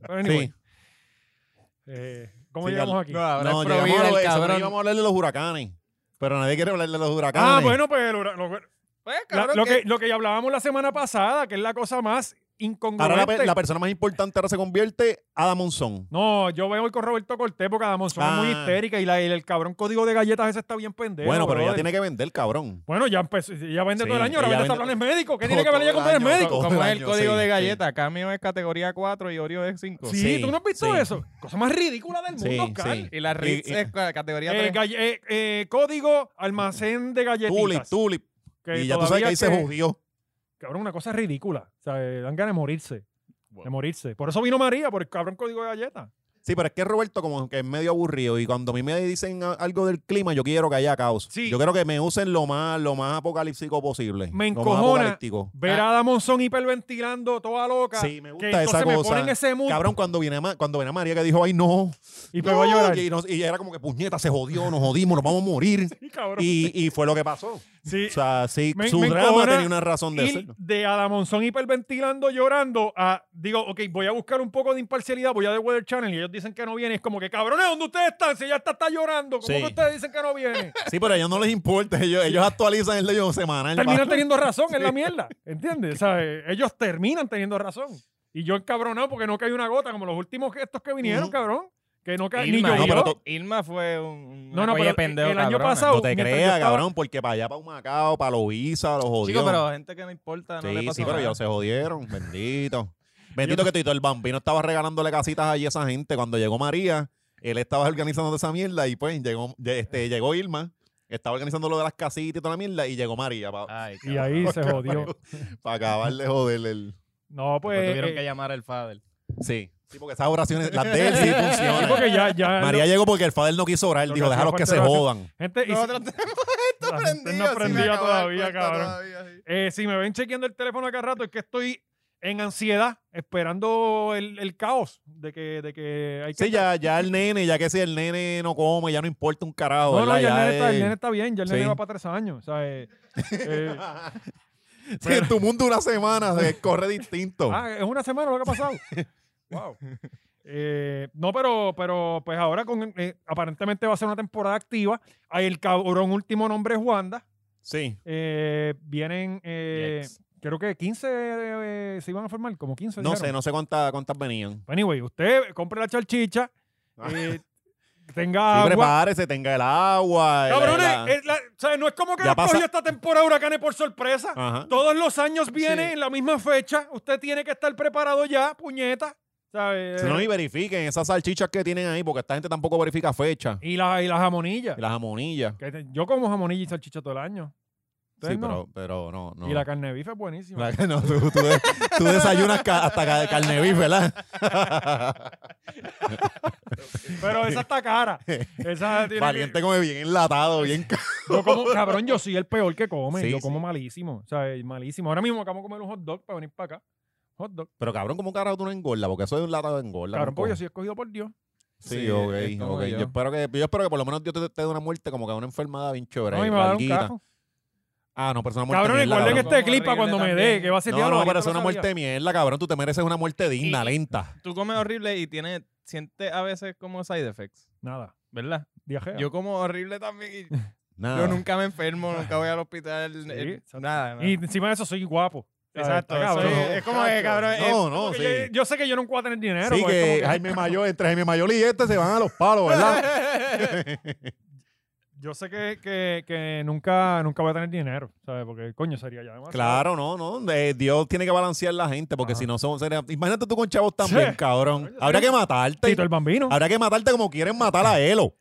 Pero anyway,
Sí.
eh, ¿Cómo
Sí,
llegamos
al-
aquí?
ahora
No,
es
llegamos a,
prohibido
lo-
el
eso,
cabrón.
íbamos a hablar de los huracanes. Pero nadie quiere hablar de los huracanes.
Ah, bueno, pues el hura- lo,
Pues,
la-
cabrón,
lo
que-
que, lo que ya hablábamos la semana pasada, que es la cosa más
Ahora la,
incongruente.
pe- la persona más importante ahora se convierte Adam Monzón.
No, yo veo hoy con Roberto Cortés porque Adam Monzón es muy
Ah.
histérica y, la- y el cabrón código de galletas ese está bien pendejo.
bueno, pero
brother.
ella tiene que vender, cabrón.
Bueno, ya empezó, ya vende
Sí,
todo el año, ahora vende
ella
hasta
vende-
planes médicos. ¿Qué
todo-
tiene que ver ella con
todo el
planes
año,
médicos?
todo
como es el
año,
código
sí,
de
sí.
galleta, Cameo es categoría 4 y Oreo es 5.
Sí,
Sí,
tú no has visto
sí.
eso. Cosa más ridícula del
Sí,
mundo, Oscar.
sí.
Y la Ritz
Y- y-
es ca- categoría
Eh,
3.
galle- eh, eh, código almacén de
Tulip,
galletitas.
Tulip.
que
y ya tú sabes que
todavía
ahí se
que-
jodió.
Cabrón, una cosa ridícula. O sea, eh, dan ganas de morirse. De morirse. Por eso vino María, por el cabrón código de galletas.
Sí, pero es que Roberto como que es medio aburrido y cuando a mí me dicen a- algo del clima, yo quiero que haya caos.
Sí.
Yo quiero que me usen lo más, lo más apocalíptico posible.
Me
Lo más
encojona.
apocalíptico.
Ver a Adam Monzón hiperventilando, toda loca.
Ah. Sí, me
que
gusta
entonces
esa
me
cosa.
ponen ese mundo
Cabrón, cuando viene, Ma- cuando viene María que dijo, ay no,
y pegó a
no",
llorar.
Y, nos- y era como que puñeta, se jodió, nos jodimos, nos vamos a morir.
Sí, cabrón.
Y, y fue lo que pasó.
Sí.
O sea, sí,
Me-
su
me
drama
encojona
tenía una razón de
ir
serlo.
de Adamonzón hiperventilando, llorando, a digo, ok, voy a buscar un poco de imparcialidad, voy a The Weather Channel y ellos dicen que no viene. Es como que, cabrones, ¿dónde ustedes están? Si ella está, está llorando, ¿cómo
Sí.
que ustedes dicen que no viene?
Sí, pero a ellos no les importa. Ellos, ellos actualizan el de ellos semanal.
terminan
pa-
teniendo razón en la mierda, ¿entiendes? O sea, eh, ellos terminan teniendo razón. Y yo encabronado porque no cae una gota, como los últimos que estos que vinieron,
Ujú.
cabrón, que no cae ni
Irma,
llovió.
No, pero to-
Ilma fue un.
No, no,
una
pero
colla pendejo,
el año
cabrona.
pasado-
No te
mientras yo
creas,
estaba-
cabrón, porque para allá, para un Macao, para Loiza, los jodió.
Chico, pero gente que no importa, no
sí,
le pasó
sí, pero
nada.
ellos se jodieron. Bendito. Bendito que Tito el Bambino estaba regalándole casitas allí a esa gente. Cuando llegó María, él estaba organizando esa mierda y pues llegó, ye- este, llegó Irma, estaba organizando lo de las casitas y toda la mierda y llegó María para
Ay,
Y
cabrón.
ahí se jodió.
acabar de joder el...
No,
Después
pues.
tuvieron que
eh,
llamar al Fader.
Sí. Sí, porque esas oraciones, las de él sí
sí,
funcionan.
porque ya, ya
María llegó porque el Fader no quiso orar.
Lo que
Dijo,
hacía
déjalos que
falta
se
era hacer-
jodan.
gente, y si-
Nosotros tenemos esto
La gente no
prendido. sin
aprendió
acabar
todavía,
cuenta
cabrón.
todavía, sí.
Eh, si me ven chequeando el teléfono acá rato, es que estoy en ansiedad, esperando el, el caos de que, de que hay que.
Sí, ya, ya el nene, ya que si el nene no come, ya no importa un carajo.
No, no,
¿verdad?
ya el nene, está, el
es-
nene está bien, ya el nene
Sí.
va para tres años. O sea, eh, eh,
Sí, en tu mundo una semana se corre distinto.
ah, es una semana lo que ha pasado. wow. Eh, no, pero, pero pues ahora con eh, aparentemente va a ser una temporada activa. Hay el cabrón último nombre es Wanda.
sí.
Eh, vienen, eh,
Yikes.
creo que 15 eh, se iban a formar, como 15.
No
dijeron.
sé, no sé cuántas, cuántas venían.
Pues Anyway, usted compre la chalchicha,
Ah.
eh,
Sí,
tenga agua.
prepárese, tenga el agua. el-
Cabrones,
la-
es la- o sea, no es como que
Ya
nos
pasa- Ah.
cogió esta temporada de huracanes por sorpresa.
Ajá.
Todos los años viene en la misma fecha. Usted tiene que estar preparado ya, puñeta. ¿sabe?
Si no, ni verifiquen esas salchichas que tienen ahí, porque esta gente tampoco verifica fecha.
y, la- y las jamonillas.
Y las jamonillas.
Que te- yo como jamonilla y salchicha todo el año. Ustedes
Sí,
no.
pero, pero no, no.
Y la carne de bife es buenísima.
La que no, tú, tú de- tú desayunas ca- hasta ca- carne beef, ¿verdad?
Pero esa está cara. Esa tiene
Valiente come bien enlatado, bien ca-
Yo como, cabrón, yo soy el peor que come.
Sí,
yo como
sí.
malísimo. O sea, malísimo. Ahora mismo acabamos de comer un hot dog para venir para acá. Hot dog.
Pero cabrón, ¿cómo carajo tú no engordas? Porque eso es un latado de engorda.
Cabrón,
no
porque yo
cojo.
soy escogido por Dios.
Sí,
Sí,
ok,
es como
ok.
yo.
Yo espero, que, yo espero que por lo menos Dios te, te dé una muerte como que una enfermedad bien chévere.
No, y me va a dar un
larguita.
cajo.
Ah, no, pero es una muerte
Cabrón,
de mierda.
recuerden
cabrón.
este clip para
Horrible
cuando me
también.
dé, que va a ser
No,
diablo,
no,
ahorita
pero es
lo
una
sabía.
muerte de mierda, cabrón. Tú te mereces una muerte digna,
Y-
lenta.
Tú comes horrible y tienes, sientes a veces como side effects,
Nada,
¿verdad?
viajea.
Yo como horrible también y
Nada.
yo nunca me enfermo, nunca voy al hospital,
Sí,
eh,
exacto.
nada. nada.
y encima de eso soy guapo.
Exacto,
Está
eso
cabrón.
es- es como que, cabrón, es-
No, no,
Porque
sí.
yo, yo sé que yo nunca voy a tener dinero.
sí,
porque es
que
como
Jaime Mayor, entre Jaime Mayor y este se van a los palos, ¿verdad?
Yo sé que, que, que nunca, nunca voy a tener dinero, ¿sabes? Porque coño sería ya demasiado.
claro, no, no. eh, Dios tiene que balancear la gente porque
Ajá.
si no son... sería- Imagínate tú con chavos también,
Sí.
cabrón.
Coño,
Habría
sí.
que matarte.
Tito el bambino.
Habría que matarte como quieren matar a Elo.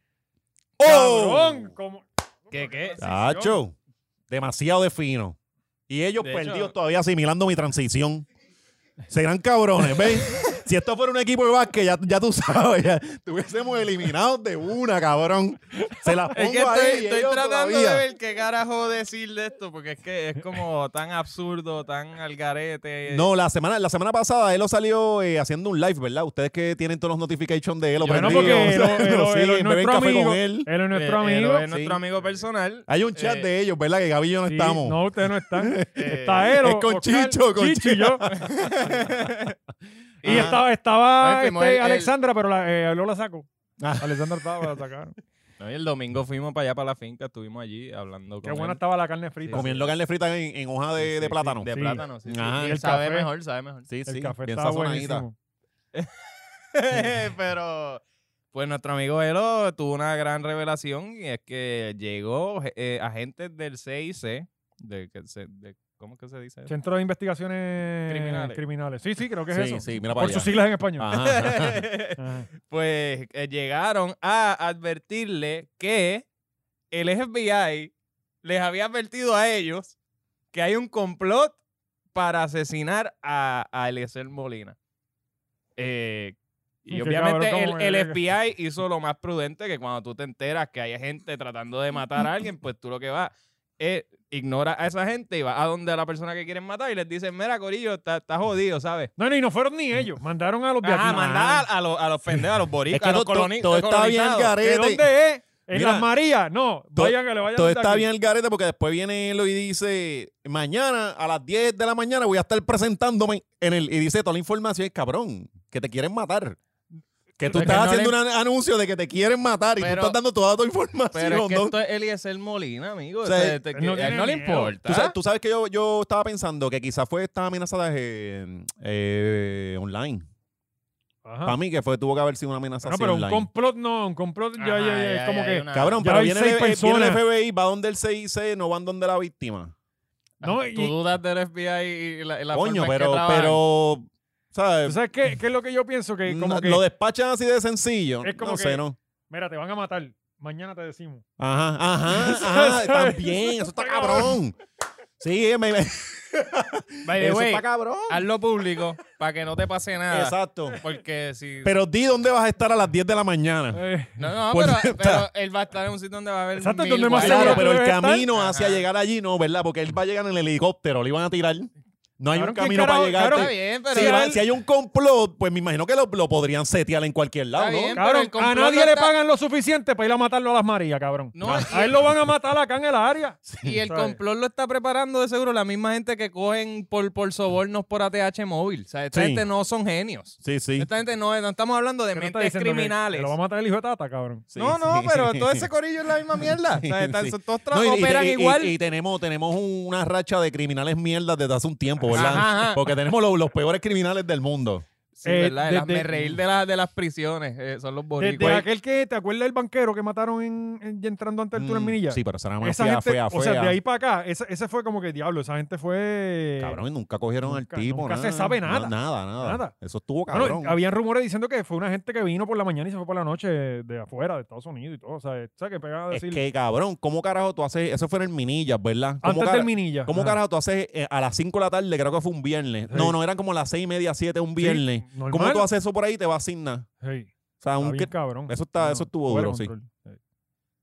¡Oh!
Cabrón, como-
¿Qué, qué?
Tacho, demasiado de fino. Y ellos
De
perdidos
hecho-
todavía asimilando mi transición. Serán cabrones, ¿ves? si esto fuera un equipo de básquet, ya, ya tú sabes, ya tuviésemos eliminados de una, cabrón. Se las pongo
Es que
ahí
estoy,
y
estoy
ellos
tratando
todavía.
de ver qué carajo decir de esto, porque es que es como tan absurdo, tan al garete.
No, la semana, la semana pasada Elo salió eh, haciendo un live, ¿verdad? Ustedes que tienen todos los notifications de Elo
Bueno,
prendidos,
porque Elo-
nos
Elo- Elo es
siguen, beben
nuestro
café
amigo.
con él.
Él es
Eh,
nuestro
eh,
amigo.
Es nuestro amigo personal.
Hay un chat
Eh,
de ellos, ¿verdad? Que Gaby y yo no
Sí,
estamos.
No, ustedes no están. Está
Eh,
él.
es con Chicho, con
y yo. y
Ajá.
estaba, estaba
Ay, firmó
este,
el- el-
Alexandra, pero la, eh, luego la saco.
Ah.
Alexandra estaba para sacar.
No, y el domingo fuimos para allá, para la finca, estuvimos allí hablando con
Qué buena
él.
estaba la carne frita.
Comiendo carne frita en, en hoja de,
Sí, sí,
de plátano.
De
Sí.
plátano, sí. sí.
Ajá.
Y
Y el
sabe
café.
mejor, sabe mejor.
Sí,
El
sí.
café
bien
estaba
sazonadita.
buenísimo.
Pero, pues nuestro amigo Elo tuvo una gran revelación y es que llegó eh, agentes del CIC, de, que se- de- ¿cómo es que se dice? eso?
Centro de Investigaciones
Criminales.
Criminales. Sí, sí, creo que es
sí, Ah.
eso.
sí, mira para
Por
allá.
sus siglas en español.
Ajá.
Ajá.
pues eh, llegaron a advertirle que el FBI les había advertido a ellos que hay un complot para asesinar a, a Eliezer Molina. Eh, y
Qué
obviamente
cabrón,
el,
cómo me-
el FBI hizo lo más prudente que cuando tú te enteras que hay gente tratando de matar a alguien, pues tú lo que vas es ignora a esa gente y vas a donde a la persona que quieren matar y les dicen, mira, Corillo, está, está jodido, ¿sabes?
No, no, y no fueron ni ellos. Mandaron a los de
Ajá,
aquí.
mandá a, a los, a los pendejos, a los boricos,
Es que
a los
to- to-
coloni-
todo está bien
colonizados.
garete.
¿De dónde es? En
Mira,
Las Marías. No,
todo-
vayan que le vayan
Todo
de
está
aquí.
bien el garete porque después viene Elo y dice, mañana a las 10 de la mañana voy a estar presentándome en el y dice toda la información, cabrón, que te quieren matar. Que tú
Es que
estás
no
haciendo
le-
un an- anuncio de que te quieren matar y
Pero-
tú estás dando toda tu información.
Pero es que
¿no?
esto es Eliezer Molina, amigo.
O sea,
Este- este-
él
que-
no
a él
tiene
no le
miedo.
importa.
Tú sabes, tú sabes que yo, yo estaba pensando que quizás fue esta amenaza eh, eh, online.
Ah.
Ajá.
Para mí que fue, tuvo que haber sido una amenaza
No,
así
pero un
online.
complot no, un complot ya,
Ajá,
ya, ya, es
ya,
como
ya,
que...
hay una-
Cabrón,
Ya
pero
hay
viene,
seis
el- eh, viene el
personas.
FBI, va donde el CIC, no van donde la víctima.
No,
Tú
y-
dudas del FBI y la, y la
Coño,
forma en que
pero,
trabajan.
pero,
¿tú
¿sabes?
¿Sabes qué, qué es lo que yo pienso? Que como
No-
que,
Lo despachan así de sencillo.
Es como
no
que-
sé, ¿no?
mira, te van a matar. Mañana te decimos.
Ajá, ajá,
¿Sabes?
ajá, también. Eso está
Está cabrón.
cabrón. Sí, me, me-
By the
eso
way,
está cabrón.
hazlo público para que no te pase Ah, nada.
Exacto.
Porque si...
Pero pues, di dónde vas a estar a las 10 de la mañana.
Eh,
no, no,
Por-
pero, pero él va a estar en un sitio donde va a haber
Exacto,
mil
donde más
guardias.
seguro
Claro, pero
que
el
debe estar.
camino hacia
Ajá.
llegar allí no, ¿verdad? Porque él va a llegar en el helicóptero, le iban a tirar. No hay
Cabrón,
un
¿qué
camino
carajo?
para llegar.
Claro,
Está bien, pero...
si,
él-
va- si hay un complot, pues me imagino que lo, lo podrían setear en cualquier lado,
Está
¿no?
bien. pero
cabrón,
el complot
a
no
nadie le
está-
pagan lo suficiente para ir a matarlo a Las Marías, cabrón.
No,
A él lo van a matar acá en el área.
Y el
¿sabes?
complot lo está preparando de seguro la misma gente que cogen por, por sobornos por ATH móvil. O sea, esta
Sí.
gente no son genios.
Sí, sí.
Esta gente no, es- no estamos hablando de
¿Qué no está
mentes
diciendo que-
criminales.
que Lo va a matar el hijo de Tata, cabrón.
Sí,
no, no,
sí.
pero todo ese corillo es la misma mierda. O sea,
Sí,
están-
sí.
todos tra-
No, y- y-
operan
y- y-
igual.
Y, tenemos, tenemos una racha de criminales mierdas desde hace un tiempo, ¿verdad?
Ajá, ajá.
Porque tenemos los, los peores criminales del mundo.
sí,
Eh,
verdad,
de-
las- me
de-
reír de, la- de las prisiones. eh, son los
Desde
boricuas.
aquel que, ¿te acuerdas del banquero que mataron en, en- ya entrando ante el túnel
Mm,
Minilla?
Sí, pero esa era una
esa
fea,
gente,
fea,
o sea,
fea.
de ahí para acá, esa- ese fue como que diablo, esa gente fue.
Cabrón, y nunca cogieron
Nunca-
al tipo.
nunca se
nada,
sabe
no,
nada.
nada, nada.
Nada.
Eso estuvo
Bueno,
cabrón.
habían rumores diciendo que fue una gente que vino por la mañana y se fue por la noche de afuera, de Estados Unidos y todo. O sea, o sea, que pegaba a
es
decir.
que, cabrón, ¿cómo carajo tú haces? Eso fue en el Minillas, ¿verdad? ¿Cómo,
antes
cara-
del Minilla.
¿cómo
Ajá.
carajo tú haces eh, a las 5 de la tarde? Creo que fue un viernes.
Sí.
No, no, eran como las 6 y media, 7, un
Sí,
viernes.
normal.
¿Cómo tú haces eso por ahí y te vas sin nada?
Sí,
O sea,
está
un,
bien, cabrón.
eso está- eso estuvo
fuera de
duro, sí.
control.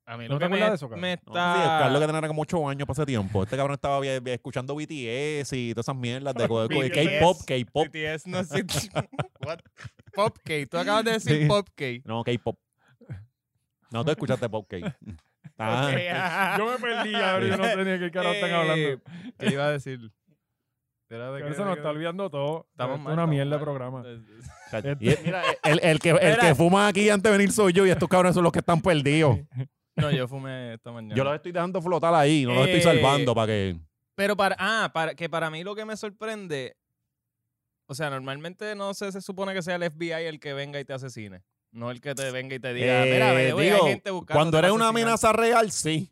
A mí
¿No
lo
te
que me,
acuerdas de eso, cabrón?
me
No, Sí,
está...
Carlos que tenía como 8 años para ese tiempo. Este cabrón estaba vi- vi- escuchando BTS y todas esas mierdas de, co- de co- de
BTS.
K-pop, K-pop.
BTS no existe. What? Popcake. Tú acabas de decir
Sí.
Popcake.
No, K-pop. No, tú escuchaste pop, K. Ah,
Ok, ajá.
Yo me perdí, ahora yo no tenía que carajo están
Eh,
hablando.
¿Qué iba a decir? Era de que-
Pero se nos está olvidando todo.
Estamos
Esto es una
mal, estamos
mierda de
mal.
Eh,
programa.
Chacho.
Este-
Y el,
eh,
el- el que, el que
Mira.
fuma aquí antes de venir soy yo y estos cabrones son los que están perdidos.
No, yo fumé esta mañana.
Yo los estoy dejando flotar ahí, no los
Eh.
estoy salvando para que...
Pero para, ah, para, que para mí lo que me sorprende, o sea, normalmente no se, se supone que sea el FBI el que venga y te asesine. No el que te venga y te diga,
Eh,
mira, ve, güey, hay
digo,
gente buscando.
cuando eres una amenaza real, sí.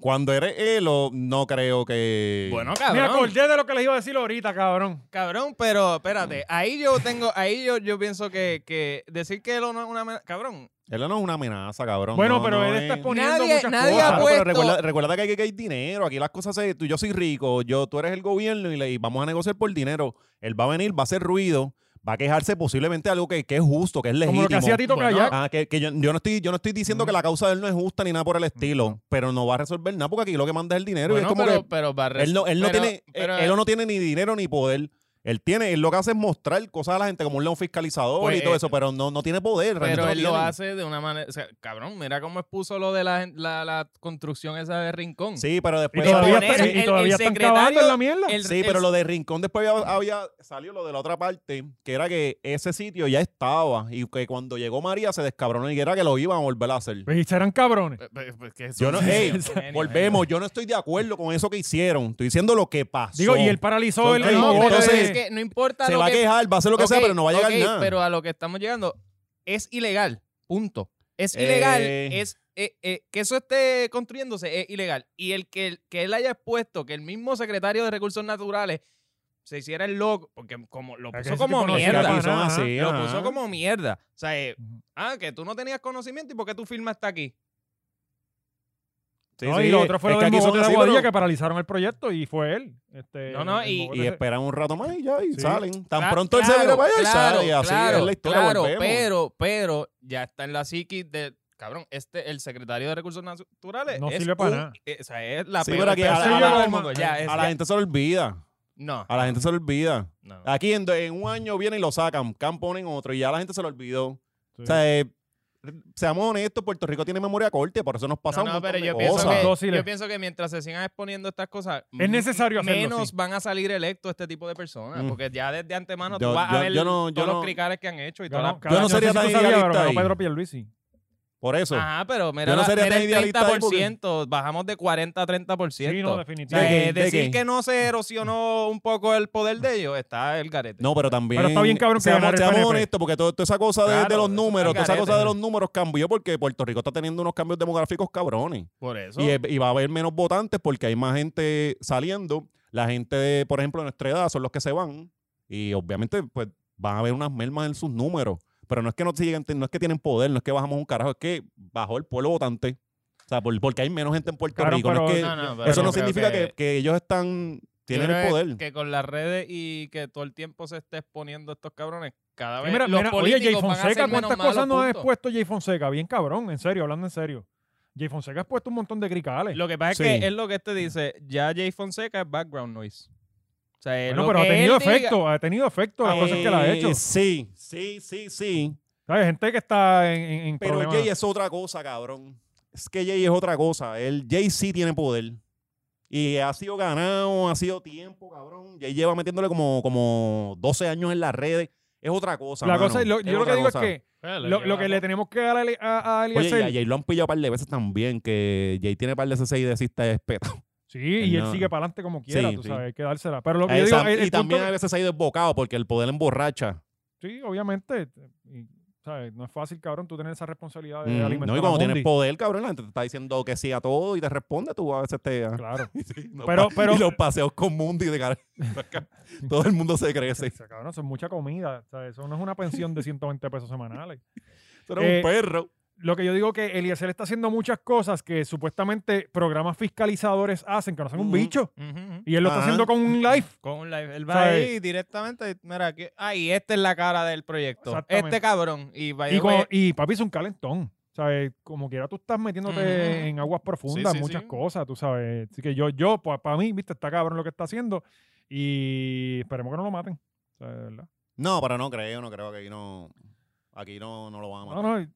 Cuando eres Elo, no creo que...
Bueno,
Me
cabrón.
acordé de lo que les iba a decir ahorita, cabrón.
Cabrón, pero
Mm.
espérate, ahí yo tengo, ahí yo, yo pienso que, que decir que él no es una amenaza. Cabrón,
Elo no es una amenaza, cabrón.
Bueno,
no,
pero
no
él
es-
está exponiendo
Nadie-
muchas
nadie
cosas.
ha
Claro, Ah, pero
puesto-
recuerda, recuerda que, hay, que hay dinero. Aquí las cosas se. Tú, yo soy rico, yo, tú eres el gobierno y, le- y vamos a negociar por dinero. Él va a venir, va a hacer ruido, va a quejarse posiblemente de algo que, que es justo, que es legítimo.
Como lo que hacía Tito
Bueno,
Kayak.
Ah, que, que yo, yo no estoy, yo no estoy diciendo
Mm.
que la causa de él no es justa ni nada por el estilo, pero no va a resolver nada porque aquí lo que manda es el dinero. y
bueno,
es como
pero,
que
pero va a res-
él no, él no
pero- eh
tiene,
pero-
él no tiene ni dinero ni poder. Él tiene, él lo que hace es mostrar cosas a la gente como un león fiscalizador
Pues,
y todo
eh,
eso, pero no, no tiene poder. realmente
Pero
no
él lo
tiene.
hace de una manera. O sea, cabrón, mira cómo expuso lo de la, gen- la, la construcción esa de Rincón.
Sí, pero
Y
después.
todavía,
poner
está- y- y
el-
todavía
el
están cavando en la
secretario-
mierda.
El-
Sí,
el-
pero lo de Rincón después había, había salido lo de la otra parte, que era que ese sitio ya estaba y que cuando llegó María se descabronó y que era que lo iban a volver a hacer.
Pues, y serán cabrones.
Pues- pues- pues que
Yo no,
son-
Ey,
son genios,
volvemos, yo no estoy de acuerdo con eso que hicieron. Estoy diciendo lo que pasó.
Digo, y él paralizó
Son
el
cabrones.
mismo
No, pero
bote.
Entonces,
es que no importa
se
lo
va
que
a quejar, va a hacer lo que sea,
Ok,
pero no va a llegar
ok,
nada.
Pero a lo que estamos llegando es ilegal. Punto. Es
Eh.
ilegal. Es eh, eh, que eso esté construyéndose es ilegal. Y el que, que él haya expuesto que el mismo secretario de Recursos Naturales se hiciera el loco, porque como lo
Es que
puso
ese
como
tipo no
Porque
sirve
aquí
para
mierda.
son
nada,
así,
Lo
ajá.
puso como mierda. O sea, eh, ah, que tú no tenías conocimiento y por qué tu firma está aquí.
Sí,
No,
sí,
y lo otro fue
es
lo
que
del
aquí son
bote de
así,
Aguadilla
pero-
que paralizaron el proyecto y fue él. Este,
No, no,
el
y-
bote
Y
ese.
esperan un rato más y ya, y
Sí.
salen. Tan
Cla-
pronto él se viene para allá y sale. Y así es la historia.
claro,
volvemos.
pero, pero ya está en la psiquis de. Cabrón, este, el secretario de Recursos Naturales.
No
es
sirve para
un-
nada.
eh, O sea, es la
Sí,
peor
pero que a la-
persona
a la-
del mundo. Ya, es-
a la
ya-
gente se le olvida.
No,
A la gente se le olvida.
no.
Aquí en, do- en un año vienen y lo sacan. Can ponen otro y ya la gente se lo olvidó.
Sí.
O sea, eh, seamos honestos, Puerto Rico tiene memoria corta, por eso nos pasa
No,
un
no,
montón
pero
de
yo
pienso
cosas.
pienso,
Cosas.
que,
Dóciles.
yo pienso que mientras se sigan exponiendo estas cosas,
Es necesario hacerlo,
menos
sí.
van a salir electos este tipo de personas.
Mm.
Porque ya desde antemano
Yo-
tú vas
yo-
a ver
yo no- yo
todos
no-
los cricales que han hecho y todas
Ganó-
las.
cada-
no
sé
sería
si tú
tan
sabías, pero
idealista
ganó
ahí.
Pedro Pierluisi.
Por eso.
Ajá, pero mira,
Yo no
la-
sería
mira
tan
el
idealista ahí porque-
30%, bajamos de 40 a 30%.
Sí, no,
O
¿De
sea,
qué?
definitivamente.
eh,
¿De
decir
qué?
que no se erosionó un poco el poder de ellos está el garete.
No, pero también.
Pero está bien cabrón que
seamos,
ganar el
seamos
PNP.
honestos, porque todo- toda esa cosa de, de
Claro,
los
eso está
números,
al
toda esa
garete.
cosa de los números cambió porque Puerto Rico está teniendo unos cambios demográficos cabrones.
Por eso.
Y, es- y va a haber menos votantes porque hay más gente saliendo. La gente, de, por ejemplo, de nuestra edad son los que se van. Y obviamente, pues, van a haber unas mermas en sus números. Pero no es que no sigan, no es que tienen poder, no es que bajamos un carajo, es que bajó el pueblo votante. O sea, por- porque hay menos gente en Puerto
Claro,
Rico. no
pero-
es que-
No, no, pero
eso
yo
no
creo
significa que, que ellos están, tienen
Yo creo
el
que-
poder.
Que con las redes y que todo el tiempo se esté exponiendo estos cabrones, cada
Y
vez
mira,
los
mira, oye,
políticos
Jay
van a ser
Fonseca,
menos
¿cuántas
malos,
cosas no ha
punto.
expuesto Jay Fonseca? Bien cabrón, en serio, hablando en serio. Jay Fonseca ha expuesto un montón de cricales.
Lo que pasa
Sí.
es que es lo que este dice, ya Jay Fonseca es background noise. O sea, es
Bueno,
lo
pero ha
que
tenido
él diga-
efecto, ha tenido efecto las cosas que la ha
Eh,
hecho.
Sí, sí, sí, sí.
Hay gente que está en, en- en
Pero
problemas.
Jay es otra cosa, cabrón. Es que Jay es otra cosa. El Jay sí tiene poder. Y ha sido ganado, ha sido tiempo, cabrón. Jay lleva metiéndole como, como 12 años en las redes. Es otra cosa.
la
mano.
cosa, es- lo-
Es
yo lo
otra
que digo
cosa.
es que lo, lo que le tenemos que dar a, Ali- a, a
Oye, y
Eliezer-
a Jay lo han pillado un par de veces también, que Jay tiene un par de CCI de cista de espeto.
sí, y él
no.
sigue para adelante como quiera,
Sí,
tú
sí.
sabes, hay que dársela. Pero lo que yo digo,
Esa-
el- el
Eh, Y también
punto-
a veces ha ido desbocado porque el poder emborracha.
Sí, obviamente. y, ¿sabes? No es fácil, cabrón, tú tener esa responsabilidad de
Mm,
alimentar
No, y
a
cuando
Mundi.
tienes poder, cabrón, la gente te está diciendo que sí a todo y te responde, tú a veces te...
Claro.
Sí, los
Pero-
pa-
pero-
y los paseos con Mundi de cara. Todo el mundo se crece.
O sea, cabrón, eso es mucha comida. o sea, Eso no es una pensión de 120 pesos semanales.
Tú eres
Eh,
un perro.
Lo que yo digo que Eliezer está haciendo muchas cosas que supuestamente programas fiscalizadores hacen, que no son un
Ujú.
bicho.
Ujú, Mm. ujú.
Y él lo está
Ajá.
haciendo con un live.
Con un live. Él va
¿Sabes?
ahí directamente. y Mira, aquí. Ay, esta es la cara del proyecto.
Exactamente.
Este cabrón. Y by
Y,
the way,
cua- y papi es un calentón. ¿Sabes? Como quiera tú estás metiéndote
Ujú.
en aguas profundas,
sí,
muchas
sí.
cosas, tú sabes. Así que yo, yo, para mí, viste, está cabrón lo que está haciendo. Y esperemos que no lo maten. O sea, de verdad.
No, pero no creo, no creo que aquí no. Aquí no, no lo van a
No,
matar.
no, y-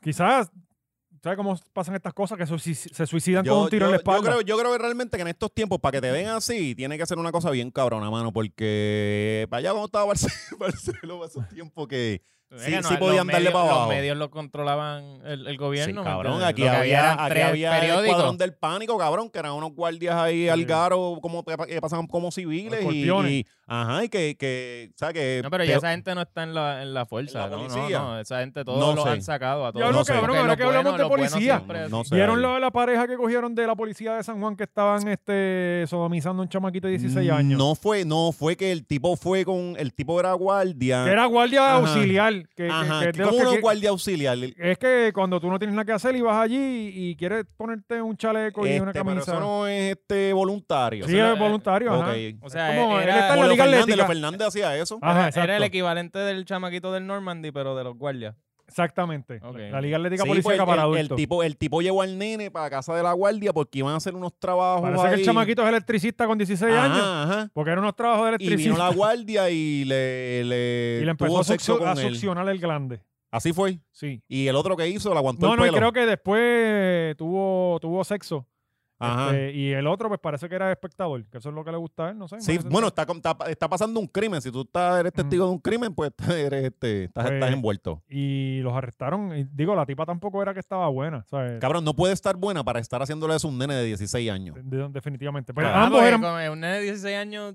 Quizás, ¿sabes cómo pasan estas cosas? Que suici- se suicidan
Yo,
con un tiro en la
yo- yo
espalda.
creo, yo creo que realmente que en estos tiempos, para que te den así, tiene que ser una cosa bien cabrona, mano, porque para allá cuando estaba Barce- Barcelona, para esos tiempos que.
es
sí-
que no,
sí
los
podían darle
medios-
para abajo.
Los medios lo controlaban el, el
Sí,
gobierno. ¿me
cabrón,
entiendes?
aquí
Lo que
había,
eran
aquí
tres
había el
periódicos.
cuadrón del pánico, cabrón, que eran unos guardias ahí al garo como que que pasaban como civiles y,
Escorpiones.
y- ajá, y que, que, o sea, que
No, pero
te-
ya esa gente no está en la, en la fuerza.
En la
no, no,
policía.
no. Esa gente todos
No
los
sé.
han sacado a todos.
Diablo,
No sé. cabrón,
Porque
ahora
los
que hablamos de
los buenos
policía.
siempre-
No sé.
¿Vieron
ahí.
lo de la pareja que cogieron de la policía de San Juan que estaban este, sodomizando a un chamaquito de 16 años?
No fue, no fue que el tipo fue con, el tipo era guardia.
Que era guardia
Ajá.
auxiliar. Que, que-
Ajá,
que
que
es de los
como
que
uno
qui-
guardia auxiliar.
es que cuando tú no tienes nada que hacer y vas allí y, y quieres ponerte un chaleco y una
Este, pero
camisa.
eso no es este voluntario.
sí,
eso no-
es voluntario. ajá.
Ok.
O sea,
como él
era-
está en la
Como Leo
liga
Fernández,
atlética. Ah,
Leo Fernández hacía eso.
Ajá,
era, era el
exacto.
equivalente del chamaquito del Normandy, pero de los guardias.
Exactamente.
Ok.
La Liga Atlética
Sí, pues,
Policíaca
el,
para
el
adultos.
tipo, el tipo llevó al nene para casa de la guardia porque iban a hacer unos trabajos.
Parece que el
ahí.
chamaquito es electricista con 16
Ajá,
años.
ajá.
Porque eran unos trabajos de
Y vino
electricista.
la guardia y le, le,
Y le empezó
tuvo
a,
sexo
succio-
con
a
él.
succionar el glande.
Así fue.
Sí.
Y el otro que hizo, le aguantó
No,
el
no, y creo
pelo.
que después tuvo, tuvo sexo.
Ajá.
Este, y el otro, pues parece que era espectador, que eso es lo que le gusta a él, no sé.
Sí,
parece-
bueno, está, con- está, está pasando un crimen. Si tú estás, eres testigo de un crimen, pues eres, este, estás,
Pues-
estás envuelto.
Y los arrestaron. Y digo, la tipa tampoco era que estaba buena, ¿sabes?
Cabrón, no puede estar buena para estar haciéndole eso a un nene de 16 años.
De- definitivamente. Pero
Ah,
ambos
eh,
porque
eran.
con- Un nene de 16 años,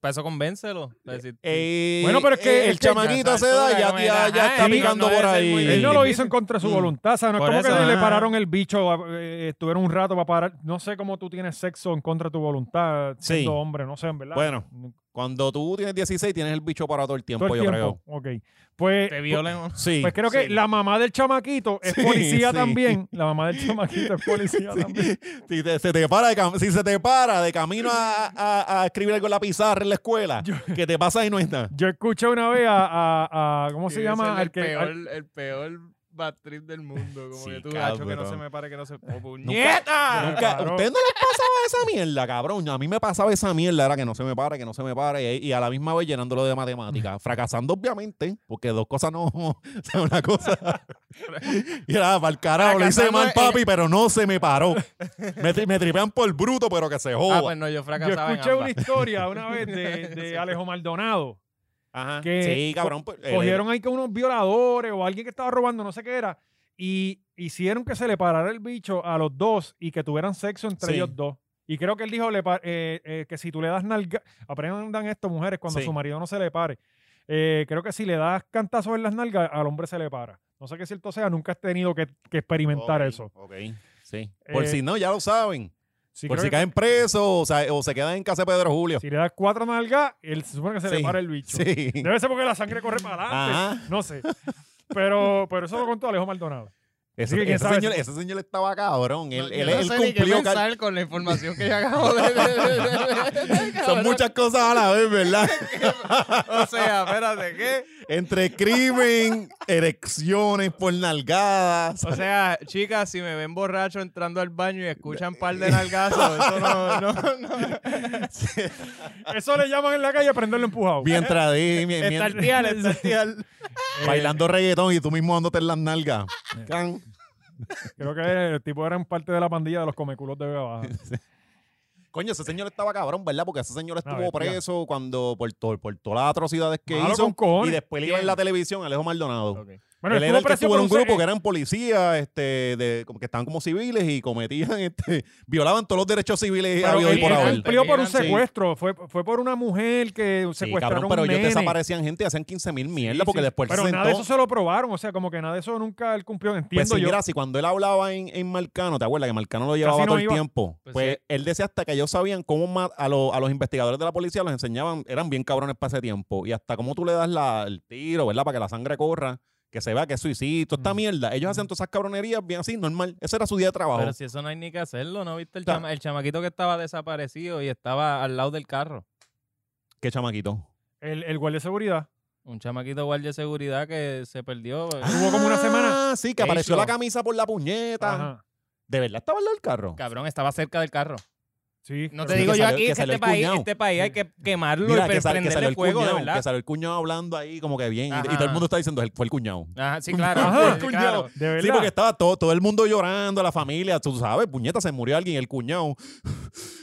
para eso convéncelo. para decir-
Eh,
Bueno, pero es que-
el
es que-
chamaquito
A
a
esa
esa edad
altura,
ya,
no
ya,
es-
ya
ajá,
está
sí,
picando
no
por
debe ser
ahí.
muy
Él no lo
difícil.
hizo en contra de su
Mm. eh.
voluntad, o sea, no es
Por
como
eso,
que le
ajá.
pararon el bicho, a- eh, estuvieron un rato para parar. No sé cómo tú tienes sexo en contra de tu voluntad,
Sí.
siendo hombre, no sé, en verdad.
Bueno,
Todo
cuando tú tienes 16, tienes el bicho para todo el tiempo,
el
yo creo.
tiempo. Ok. Pues,
Te violen. o-
Sí.
pues creo que
sí.
la mamá del chamaquito es
Sí,
policía
sí.
también. La mamá del chamaquito es policía
Sí.
también.
Si, te- se te para de cam- si se te para de camino a, a- a escribir algo en la pizarra en la escuela, que te pasa y no está.
Yo escuché una vez a, a- a- ¿cómo se
Debe ser
llama?
El
Al que,
peor,
al-
el peor bad trip del mundo. Como
Sí,
que tú, gacho, que no se
cabrón.
me pare, que no se... ¡Oh,
Yo
puñeta!
nunca-
ah, Claro.
¿Usted no les pasaba esa mierda, cabrón? A mí me pasaba esa mierda, era que no se me para, que no se me para, y, y a la misma vez llenándolo de
Mm.
matemáticas. Fracasando, obviamente, porque dos cosas no. O sea, una cosa. y era, para el carajo, le hice
Fracasando
mal,
en-
papi, pero no se me paró. Me, tri- me tripean por bruto, pero que se joda.
Ah, pues no, yo
yo
fracasaba
escuché
en
una
ambas.
historia una vez de, de Alejo Maldonado.
Ajá.
que
sí, cabrón. pues, él-
Cogieron ahí que unos violadores o alguien que estaba robando, no sé qué era, y hicieron que se le parara el bicho a los dos y que tuvieran sexo entre
Sí.
ellos dos. Y creo que él dijo le pa- eh, eh, que si tú le das nalgas, aprendan esto mujeres cuando
Sí.
su marido no se le pare. Eh, creo que si le das cantazos en las nalgas, al hombre se le para. No sé qué cierto sea, nunca has tenido que, que experimentar
Ok,
eso.
Ok, sí. Por
Eh,
si no, ya lo saben.
Sí,
por
creo
si
que
caen presos o, sea, o se quedan en casa de Pedro Julio.
si le das cuatro nalgas, él se supone que se le
Sí.
para el bicho.
Sí.
Debe ser porque la sangre corre para adelante.
Ajá.
No sé. Pero, pero eso lo contó Alejo Maldonado.
Ese,
Sí, que
ese
sabe-
señor, ese señor estaba cabrón. Él,
No,
él-
yo no
él
sé ni qué
cumplió. cal-
pensar con la información que yo acabo de... de- de- de- de-
Son
cabrón.
muchas cosas a la vez, ¿verdad?
O sea, espérate, ¿qué?
Entre crimen, erecciones por nalgadas.
O sea, chicas, si me ven borracho entrando al baño y escuchan par de nalgazos, eso no, no, no.
Eso le llaman en la calle prenderlo empujado.
Mientras, di- mi- mientras-
eh,
Estartear, estartear.
bailando reggaetón y tú mismo dándote en las nalgas.
Eh.
Can.
Creo que el tipo era parte de la pandilla de los comeculos de Vega Baja.
Coño, ese señor estaba cabrón, ¿verdad? Porque ese señor estuvo
bestia.
preso cuando por, to- por todas las atrocidades que
Malo con
hizo.
cojones.
Y después le iba en la televisión Alejo Maldonado.
Bueno,
él era el que
preso
estuvo en un
por
grupo
se-
que eran policías, este, de, como que estaban como civiles y cometían, este, violaban todos los derechos civiles
pero
habidos y
él,
por
él
haber.
cumplió por un
Sí.
secuestro. Fue, fue por una mujer que
Sí,
secuestraron
cabrón, pero
un
ellos
nene.
desaparecían gente y hacían 15 mil mierda porque
Sí, sí.
después él
Pero
se
nada de
sentó.
eso se lo probaron. O sea, como que nada de eso nunca él cumplió.
Pues
Entiendo
sí,
yo.
mira, si cuando él hablaba en, en Marcano, ¿te acuerdas que Marcano lo llevaba
Casi no
todo el
iba.
tiempo?
Pues
Pues,
sí.
él decía hasta que ellos sabían cómo ma- a, lo- a los investigadores de la policía los enseñaban, eran bien cabrones para ese tiempo. Y hasta cómo tú le das la- el tiro, ¿verdad? Para que la sangre corra, que se vea que es suicidio, toda esta
Mm.
mierda. Ellos hacían todas esas cabronerías bien así, normal. Ese era su día de trabajo.
Pero si eso no hay ni que hacerlo, ¿no viste el,
Ta-
chama- el chamaquito que estaba desaparecido y estaba al lado del carro?
Qué chamaquito.
El, el guardia de seguridad.
Un chamaquito guardia de seguridad que se perdió. eh.
Estuvo como una semana.
Ah, sí, que
Ey,
apareció
yo.
la camisa por la puñeta.
Ajá.
¿De verdad estaba al lado del carro?
Cabrón, estaba cerca del carro.
Sí.
No
pero-
te
Sí,
digo
que
yo
salió-
aquí,
que
es que
salió
este
el
país,
cuñado.
este país hay que quemarlo
Mira,
y
que, sal- que
prenderle
salió el
fuego, de
cuñado,
verdad.
que salió el cuñado hablando ahí como que bien. Y, y todo el
Ajá.
mundo está diciendo, él fue el cuñado.
Ajá, sí, claro.
Ajá.
sí,
El
claro.
cuñado.
De verdad.
Sí, porque estaba todo, todo el mundo llorando, la familia, tú sabes, puñeta, se murió alguien, el cuñado.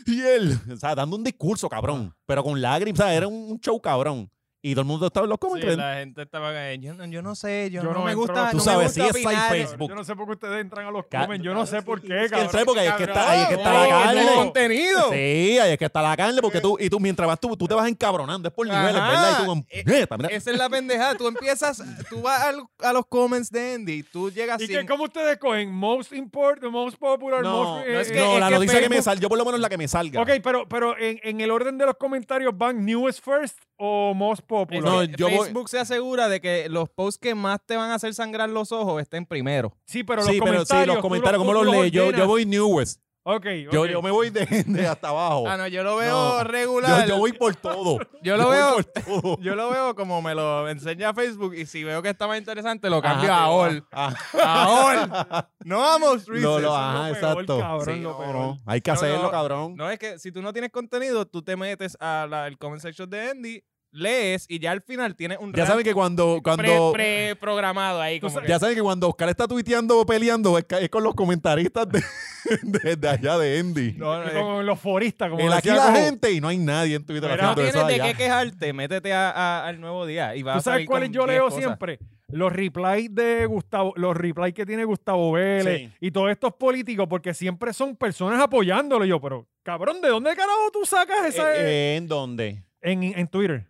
Y él, o sea, dando un discurso, cabrón, pero con lágrimas, o sea, era un un show, cabrón. Y todo el mundo estaba loco, ¿me
Sí,
creen?
la gente estaba eh, yo, no- yo no sé, yo,
Yo
no,
no
me
entro
gusta,
a los-
no
Tú
me
sabes,
gusta
sí, es
opinar.
sci-fi.
Yo no sé por qué ustedes entran a los
Ca-
comen. Yo no sé por qué,
que
cabrón.
sé, porque ahí es que está, ahí es que está la
Cabrón,
carne.
no hay contenido.
Sí, ahí es que está la carne, porque tú, y tú mientras vas tú, tú te vas encabronando, es por niveles,
Ajá.
¿verdad? Y tú, con-
Eh,
puñeta, mira.
Esa es la pendejada. Tú empiezas, tú vas al- a los comments de Andy, tú llegas
¿Y
sin...
que cómo ustedes cogen? Most important, most popular,
No,
most... eh,
no,
es que-
no,
es
la
que
noticia que me
Facebook-
sal, yo por lo menos la que me salga.
Ok, pero, pero en, en el orden de los comentarios van newest first o most popular.
No,
Eh,
yo voy-
Facebook se asegura de que los posts que más te van a hacer sangrar los ojos estén primero.
sí, pero los
sí, pero
comentarios.
sí, los
tú
comentarios,
tú
¿cómo los leí? Yo,
ordenas.
yo voy Newest.
Ok,
Yo,
ok.
yo me voy de, de hasta abajo.
Ah, no, yo lo veo
Oh. No.
regular.
yo, yo voy por todo.
Yo lo veo-
voy por todo.
Yo lo veo como me lo enseña Facebook y si veo que está más interesante lo cambio
Ajá,
a
te
all.
Ah,
A all. No vamos,
no, lo,
no,
ajá,
lo peor,
exacto.
cabrón,
Sí,
lo
no,
peor.
no, Hay que
No,
hacerlo,
no.
cabrón.
No, es que si tú no tienes contenido, tú te metes al comment section de Andy, lees y ya al final tienes un
ya
rant
saben que cuando,
pre-
cuando
preprogramado ahí. Como que-
ya saben que cuando Oscar está tuiteando o peleando es, ca- es con los comentaristas de, de- de allá de Andy.
No, no,
Y
es-
como los foristas, como
El aquí
decía
la
Cobo.
gente y no hay nadie en Twitter
Pero
no
haciendo
tienes
eso
de
allá.
qué quejarte, métete a- a- al nuevo día y vas
¿Tú
a
sabes
salir
cuáles
con
yo
10
leo
cosas.
siempre? Los replies de Gustavo, los replies que tiene Gustavo Vélez
Sí.
y todos estos políticos, porque siempre son personas apoyándolo. Y Yo, pero cabrón, ¿de dónde carajo tú sacas esa
Eh, eh, ¿En dónde?
en, en Twitter?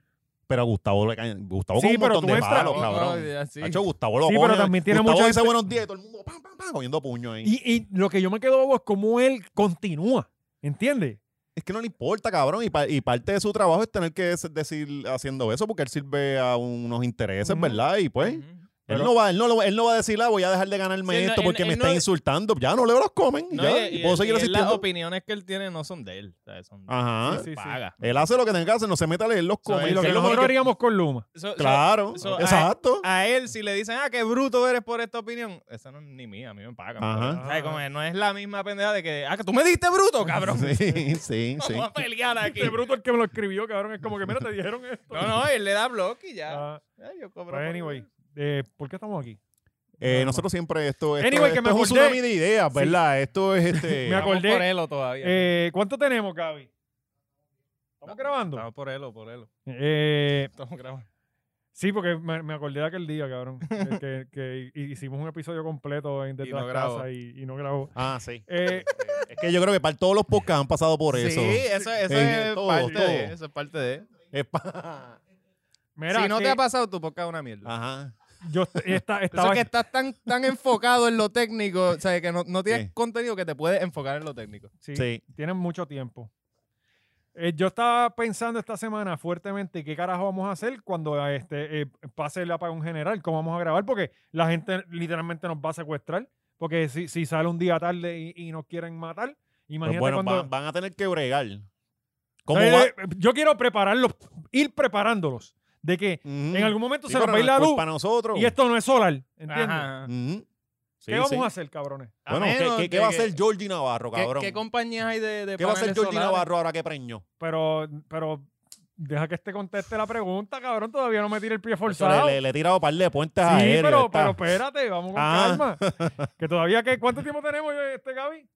Pero a Gustavo le caen. Gustavo
Sí,
con un
pero
montón
tú
de
entras-
palos,
No,
cabrón.
no, así.
Hacho, Gustavo lo
Sí, pero
coge.
también tiene
Gustavo
mucha
dice
gente-
buenos días y todo el mundo pam, pam, pam, cogiendo puño ahí.
Y, y lo que yo me quedo bobo es cómo él continúa, ¿entiendes?
Es que no le importa, cabrón. Y, pa- y parte de su trabajo es tener que es- decir haciendo eso porque él sirve a unos intereses,
Ujú.
¿verdad? Y pues.
Ujú.
Él no, va, él, no, lo- él no va a decir, ah, voy a dejar de ganarme
Sí, él no-
esto
él-
porque
él
me
no-
están insultando. Ya no le los comen.
No,
ya, y, puedo seguir Ah.
él Las
asistiendo.
opiniones que él tiene no son de él. o sea, son-
Ajá.
Sí, sí, sí.
paga.
Él hace lo que tenga que hacer, no se meta a leer los
So,
comen.
él-
lo que
Que
él
no
nosotros
me-
haríamos con Luma.
So- so-
Claro.
so, ah,
exacto.
a él si le dicen, ah, qué bruto eres por esta opinión, esa no es ni mía, a mí me pagan.
Ajá.
pero, ¿sabes? Como que no es la misma pendeja de que, ah, que tú me diste bruto, cabrón.
Sí, sí, sí.
Vamos a pelear aquí.
Qué bruto el que me lo escribió, cabrón. Es como que, mira, te dijeron esto.
No, no, él le da block y ya.
Ah,
Ay, yo cobro
pero
por-
anyway, eh, ¿por qué estamos aquí?
Eh, nosotros siempre esto, esto,
Anyway, que
esto
me
es un
acordé.
tsunami de ideas, ¿verdad? Esto es este.
Me ac-
Estamos
acordé.
por Elo todavía.
Eh, ¿Cuánto tenemos, Gaby? ¿Estamos grabando?
Estamos por Elo, por Elo.
Eh,
Estamos grabando.
Sí, porque me, me acordé de aquel día, cabrón, que, que- que hi- hicimos un episodio completo en
Y
Desde
no
la
grabó.
Casa y, y no grabó.
Ah, sí.
Eh,
Es que yo creo que para todos los podcasts han pasado por eso.
Sí, eso, eso
En-
es
todo,
parte
todo.
de. Eso es parte de.
Es pa-
mira,
si no
que
te ha pasado, tu podcast es una mierda.
Ajá.
yo est- eh, esta-
Eso
estaba,
es que estás tan, tan enfocado en lo técnico, o sea, que no, no tienes
Sí.
contenido que te puedes enfocar en lo técnico.
sí,
Sí. pues
tienen mucho tiempo. Eh, yo estaba pensando esta semana fuertemente qué carajo vamos a hacer cuando este, eh, pase el apagón general, cómo vamos a grabar, porque la gente literalmente nos va a secuestrar, porque si, si sale un día tarde y, y nos quieren matar,
Pues
imagínate
bueno,
cuando...
van, van a tener que bregar. ¿Cómo
Eh,
va?
eh, Yo quiero prepararlos, ir preparándolos, de que
Ujú.
en algún momento
Sí,
se nos
pero
va a ir
no
la
es
luz
culpa de nosotros.
y esto no es solar, ¿entiendes?
Ajá.
Ujú. Sí,
¿Qué vamos
sí.
a hacer, cabrones?
A
Bueno, ¿qué,
menos
qué- qué
de
va a
que-
hacer Georgie Navarro,
¿Qué,
cabrón?
qué
¿Qué,
compañías hay de, de
va a hacer
paneles
Georgie
solares?
Navarro ahora que preñó?
Pero, pero deja que este conteste la pregunta, cabrón, todavía no me tire el pie
Eso
forzado.
Le, le- le he tirado un par de puentes
sí,
a él.
pero, pero espérate, vamos con
Ah.
calma. Que todavía, que, ¿cuánto tiempo tenemos, este Gaby?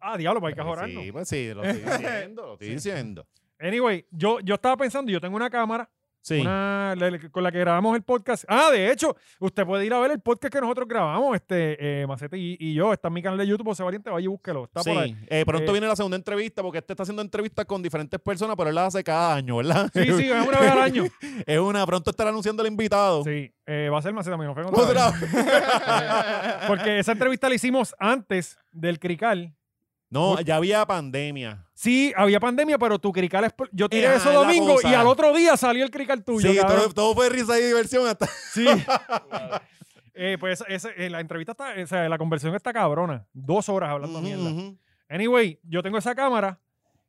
Ah, diablo, para hay que jorarnos.
Sí, pues sí, lo estoy diciendo, lo estoy diciendo.
Anyway, yo, yo estaba pensando, yo tengo una cámara
Sí.
una- la- la- con la que grabamos el podcast. Ah, de hecho, usted puede ir a ver el podcast que nosotros grabamos, este eh, Macete y, y yo. Está en mi canal de YouTube, José Valiente, vaya y búsquelo. Está por ahí.
Sí, eh,
Eh,
pronto viene la segunda entrevista porque este está haciendo entrevistas con diferentes personas, pero él las hace cada año, ¿verdad?
Sí, sí, es una vez al año.
es una, pronto estará anunciando el invitado.
Sí, eh, va a ser Maceta Mino.
Otra vez.
Porque esa entrevista la hicimos antes del crical.
no, ya había pandemia.
Sí, había pandemia, pero tu crical es... Yo tiré
Ajá,
eso
es Ah, la
domingo
cosa.
y al otro día salió el crical tuyo.
sí,
cabrón.
todo, todo fue risa y diversión hasta.
Sí. Eh, pues ese- eh, la entrevista está, o sea, la conversación está cabrona. Dos horas hablando mierda.
Ujú.
Anyway, yo tengo esa cámara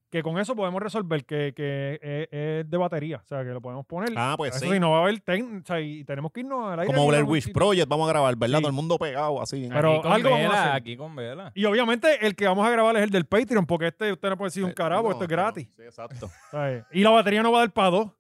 que con eso podemos resolver que, que es, es de batería, o sea, que lo podemos poner.
Ah, pues
eso
sí.
sí, no va a haber ten, o sea, y tenemos que irnos al aire.
Como
libre,
Blair
algún
Witch
sitio.
Project vamos a grabar, ¿verdad?
Sí.
Todo el mundo pegado así.
Pero
aquí con
algo vamos a
vela,
hacer.
aquí con vela.
Y obviamente el que vamos a grabar es el del Patreon, porque este usted no puede decir un carajo,
Eh, No,
esto es
no,
gratis.
Sí, exacto.
¿sabes? Y la batería no va a dar para dos.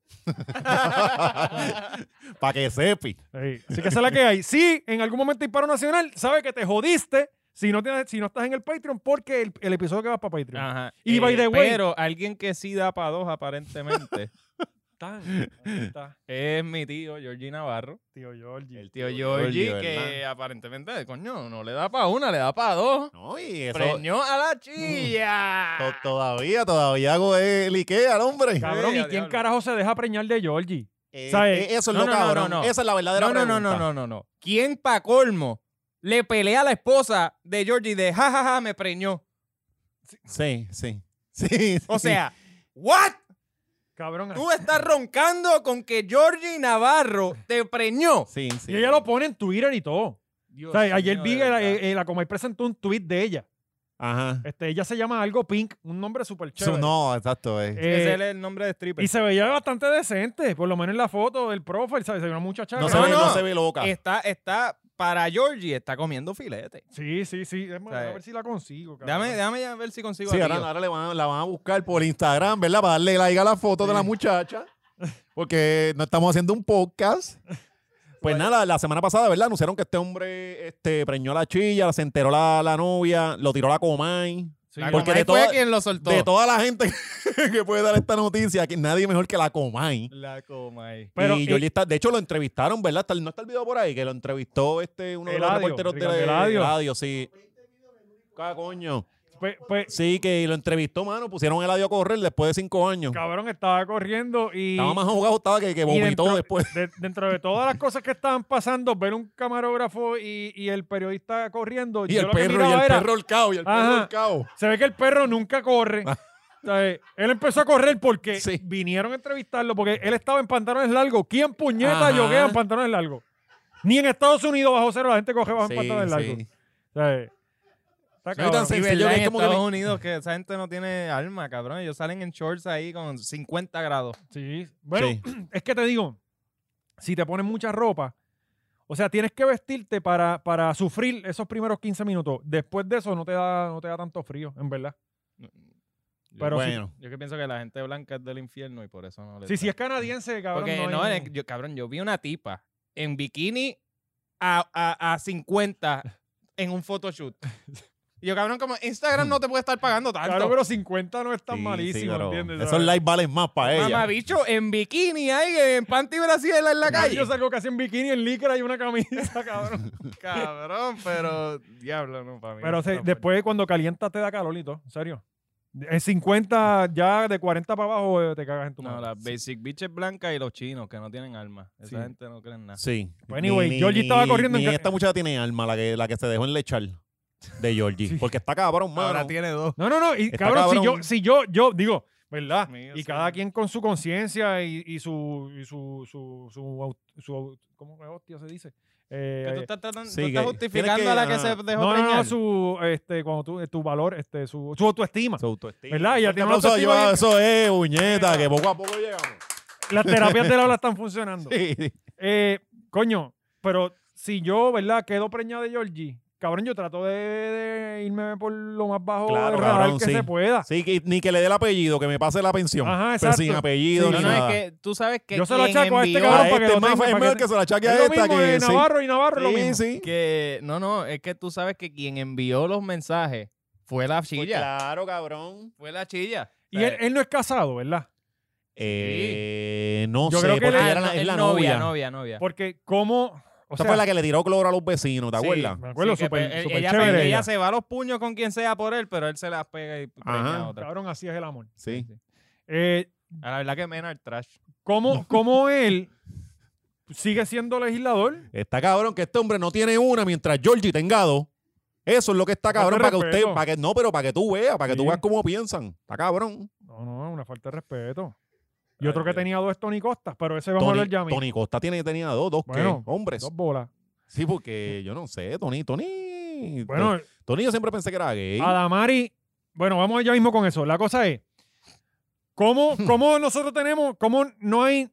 Para que sepi.
Sí, Así que esa es la que hay. Si en algún momento hay paro nacional, sabe que te jodiste si no, tienes, si no estás en el Patreon, porque el, el episodio que va para Patreon.
Ajá. eh,
Y by the way-
Pero alguien que sí da para dos, aparentemente,
Tan, ahí está,
es mi tío, Georgie Navarro.
tío Georgie.
El tío
Georgie,
Georgie, que aparentemente, coño, no le da para una, le da para dos.
No, y eso.
Preñó a la chilla.
to- todavía, todavía hago el Ikea, el hombre.
Cabrón,
Sí,
¿y
a
quién
diablo.
carajo se deja preñar de Georgie?
Eh,
¿sabes?
eh, eso es
No,
lo
no, no,
cabrón.
no, no.
Esa es la verdadera
No, no, no,
pregunta.
no, no, no, no. ¿Quién pa' colmo le pelea a la esposa de Georgie de jajaja me preñó?
Sí, sí. Sí.
O
sí.
sea, ¿what?
Cabrón.
Tú estás roncando con que Georgie Navarro te preñó.
Sí, sí.
Y ella lo pone en Twitter y todo. O sea, ayer vi que la, eh, eh, la Comay presentó un tweet de ella.
Ajá.
Este, ella se llama algo Pink, un nombre súper chévere.
No, exacto. eh.
Eh,
Ese es el nombre de stripper.
y se veía bastante decente, por lo menos en la foto, el profile, ¿sabes? Se ve una muchacha.
No, se
no,
ve,
grande.
no
no. Este,
se ve loca.
Está, está, para Georgie, está comiendo filete.
Sí, sí, sí. Es más,
O sea,
a ver si la consigo. cabrón.
Déjame, déjame ya ver si consigo
Sí,
a
ahora,
Río.
ahora le van a- la van a buscar por Instagram, ¿verdad? Para darle like a la foto de la muchacha. Porque no estamos haciendo un podcast. Pues nada, la semana pasada, ¿verdad? Anunciaron que este hombre este, preñó la chilla, se enteró la, la novia, lo tiró la comay.
Sí,
La
porque
Comay
de
fue
toda-
quien lo soltó.
De toda la gente que puede dar esta noticia, que nadie mejor que la comay.
La Comay.
Pero,
y
eh,
Yoli está, de hecho lo entrevistaron, ¿verdad? Está- no está el video por ahí, que lo entrevistó este uno de los
Eladio,
reporteros de
Ricardo
la
Eladio.
radio, sí. Ah, coño.
pues- pues,
Sí, que lo entrevistó, mano. Pusieron el audio a correr después de cinco años.
cabrón, estaba corriendo y.
Estaba más jugado, estaba que, que
Y
vomitó
dentro,
después.
de- dentro de todas las cosas que estaban pasando, ver un camarógrafo y, y el periodista corriendo.
Y
yo
el
lo que
perro, y
miraba
el
era-
perro al cabo, y el perro
Ajá.
al cabo.
Se ve que el perro nunca corre. O sea, eh, él empezó a correr porque
Ah. Sí.
vinieron a entrevistarlo, porque él estaba en pantalones largos. ¿Quién puñeta
Ajá.
yoguea en pantalones largos? Ni en Estados Unidos bajo cero la gente coge bajo en pantalones largos.
sí.
O sea, eh, está
Sí, tan
cabrón.
sen-
Y
Sí, yo
verdad,
vi
en
como que
Estados Unidos que esa gente no tiene alma, cabrón. Ellos salen en shorts ahí con 50 grados.
Sí. Bueno,
Sí.
es que te digo, si te pones mucha ropa, o sea, tienes que vestirte para, para sufrir esos primeros 15 minutos. Después de eso no te da, no te da tanto frío, en verdad. Pero sí.
bueno.
Yo que pienso que la gente blanca es del infierno y por eso no le
Si,
da.
si es canadiense, cabrón.
Porque
no
no,
hay-
en- yo, cabrón, yo vi una tipa en bikini a, a, a 50 en un photoshoot. Y yo, cabrón, como Instagram no te puede estar pagando tanto.
Claro, pero 50 no es tan
Sí,
malísimo,
sí, pero
¿entiendes?
Esos
¿Sabes?
likes valen más para ella.
Mamá, bicho, en bikini hay en panty brasileña en la
Ay, Yo
calle.
salgo casi en bikini, en licra y una camisa, cabrón.
cabrón, pero diablo, no, para mí.
Pero
no
se-
está
después cuando calienta te da calor y todo, en serio. En 50, ya de 40 para abajo eh, te cagas en tu
No,
madre.
las basic bitches blancas y los chinos que no tienen alma. Esa
Sí.
gente no cree en nada.
Sí.
Pues anyway, Georgie estaba corriendo en
en
ca-
esta muchacha tiene alma, la que, la que se dejó enlechar de Georgie.
Sí.
Porque está cabrón, mano.
Ahora tiene dos.
No, no, no. Y
Está
cabrón, si yo,
cabrón.
si yo, yo, digo, ¿verdad?
Mío,
y
sí.
cada quien con su conciencia y, y su, y su, su, su, au- su au- ¿cómo que hostia se dice? Eh,
Que tú estás, tratando- tú
sí,
estás
que-
justificando
tienes que-
a la que
ajá.
se dejó
no, no, no,
preñar.
su, este, cuando tu, tu valor, este, su, su autoestima.
Su autoestima.
¿Verdad? Ella
Fuerte
tiene una
aplauso,
autoestima
yo-
bien-
Eso es, uñeta, que poco a poco llegamos.
Las terapias del habla están funcionando.
Sí.
Eh, coño, pero si yo, ¿verdad? Quedo preñada de Georgie, cabrón, yo trato de, de irme por lo más bajo
Claro,
del radar
cabrón,
que
sí.
se pueda.
Sí, que, ni que le dé el apellido, que me pase la pensión.
Ajá,
Pero
exacto.
sin apellido
Sí,
ni
No, no,
nada.
es que tú sabes que
Yo se lo
quien
achaco a este
envió-
cabrón
A
para que
este
lo
más-
tenga,
es
para
mejor
que-
que se la chaque
Es
a
lo
esta
mismo
que
de
sí.
Navarro y Navarro es lo
Sí,
mismo.
sí.
que- no, no, es que tú sabes que quien envió los mensajes fue la chilla.
Pues claro, cabrón.
Fue la chilla. Eh,
Y él, él no es casado, ¿verdad?
Eh, no
Yo
sé,
creo que
porque
él-
ella
Ah,
era la, es la
novia,
novia.
novia, novia.
Porque cómo... O
Esa
sea,
fue la que le tiró cloro a los vecinos, ¿te
Sí,
acuerdas?
me acuerdo,
Sí, que
súper
pe- eh,
súper
ella,
chévere.
ella
ella.
se va a los puños con quien sea por él, pero él se las pega y preña
Ajá.
a otra.
Cabrón, así es el amor.
Sí.
Eh,
A la verdad que Menard trash.
¿cómo, cómo él sigue siendo legislador?
Está cabrón que este hombre no tiene una mientras Georgie tenga dos. Eso es lo que está
Falta
cabrón
de
para que
respeto.
usted, para que no, pero para que tú veas, para que
Sí.
tú veas cómo piensan. Está cabrón.
No, no, una falta de respeto. Y
Ay,
otro que
Dios.
tenía dos es Tony Costas, pero ese vamos a
Tony,
hablar ya mismo.
Tony Costa tiene, tenía dos, dos
Bueno,
¿qué? hombres.
Dos bolas.
Sí, porque yo no sé, Tony, Tony.
Bueno,
Tony yo siempre pensé que era gay.
Adamari, bueno, vamos ya mismo con eso. La cosa es, ¿cómo, cómo nosotros tenemos, cómo no hay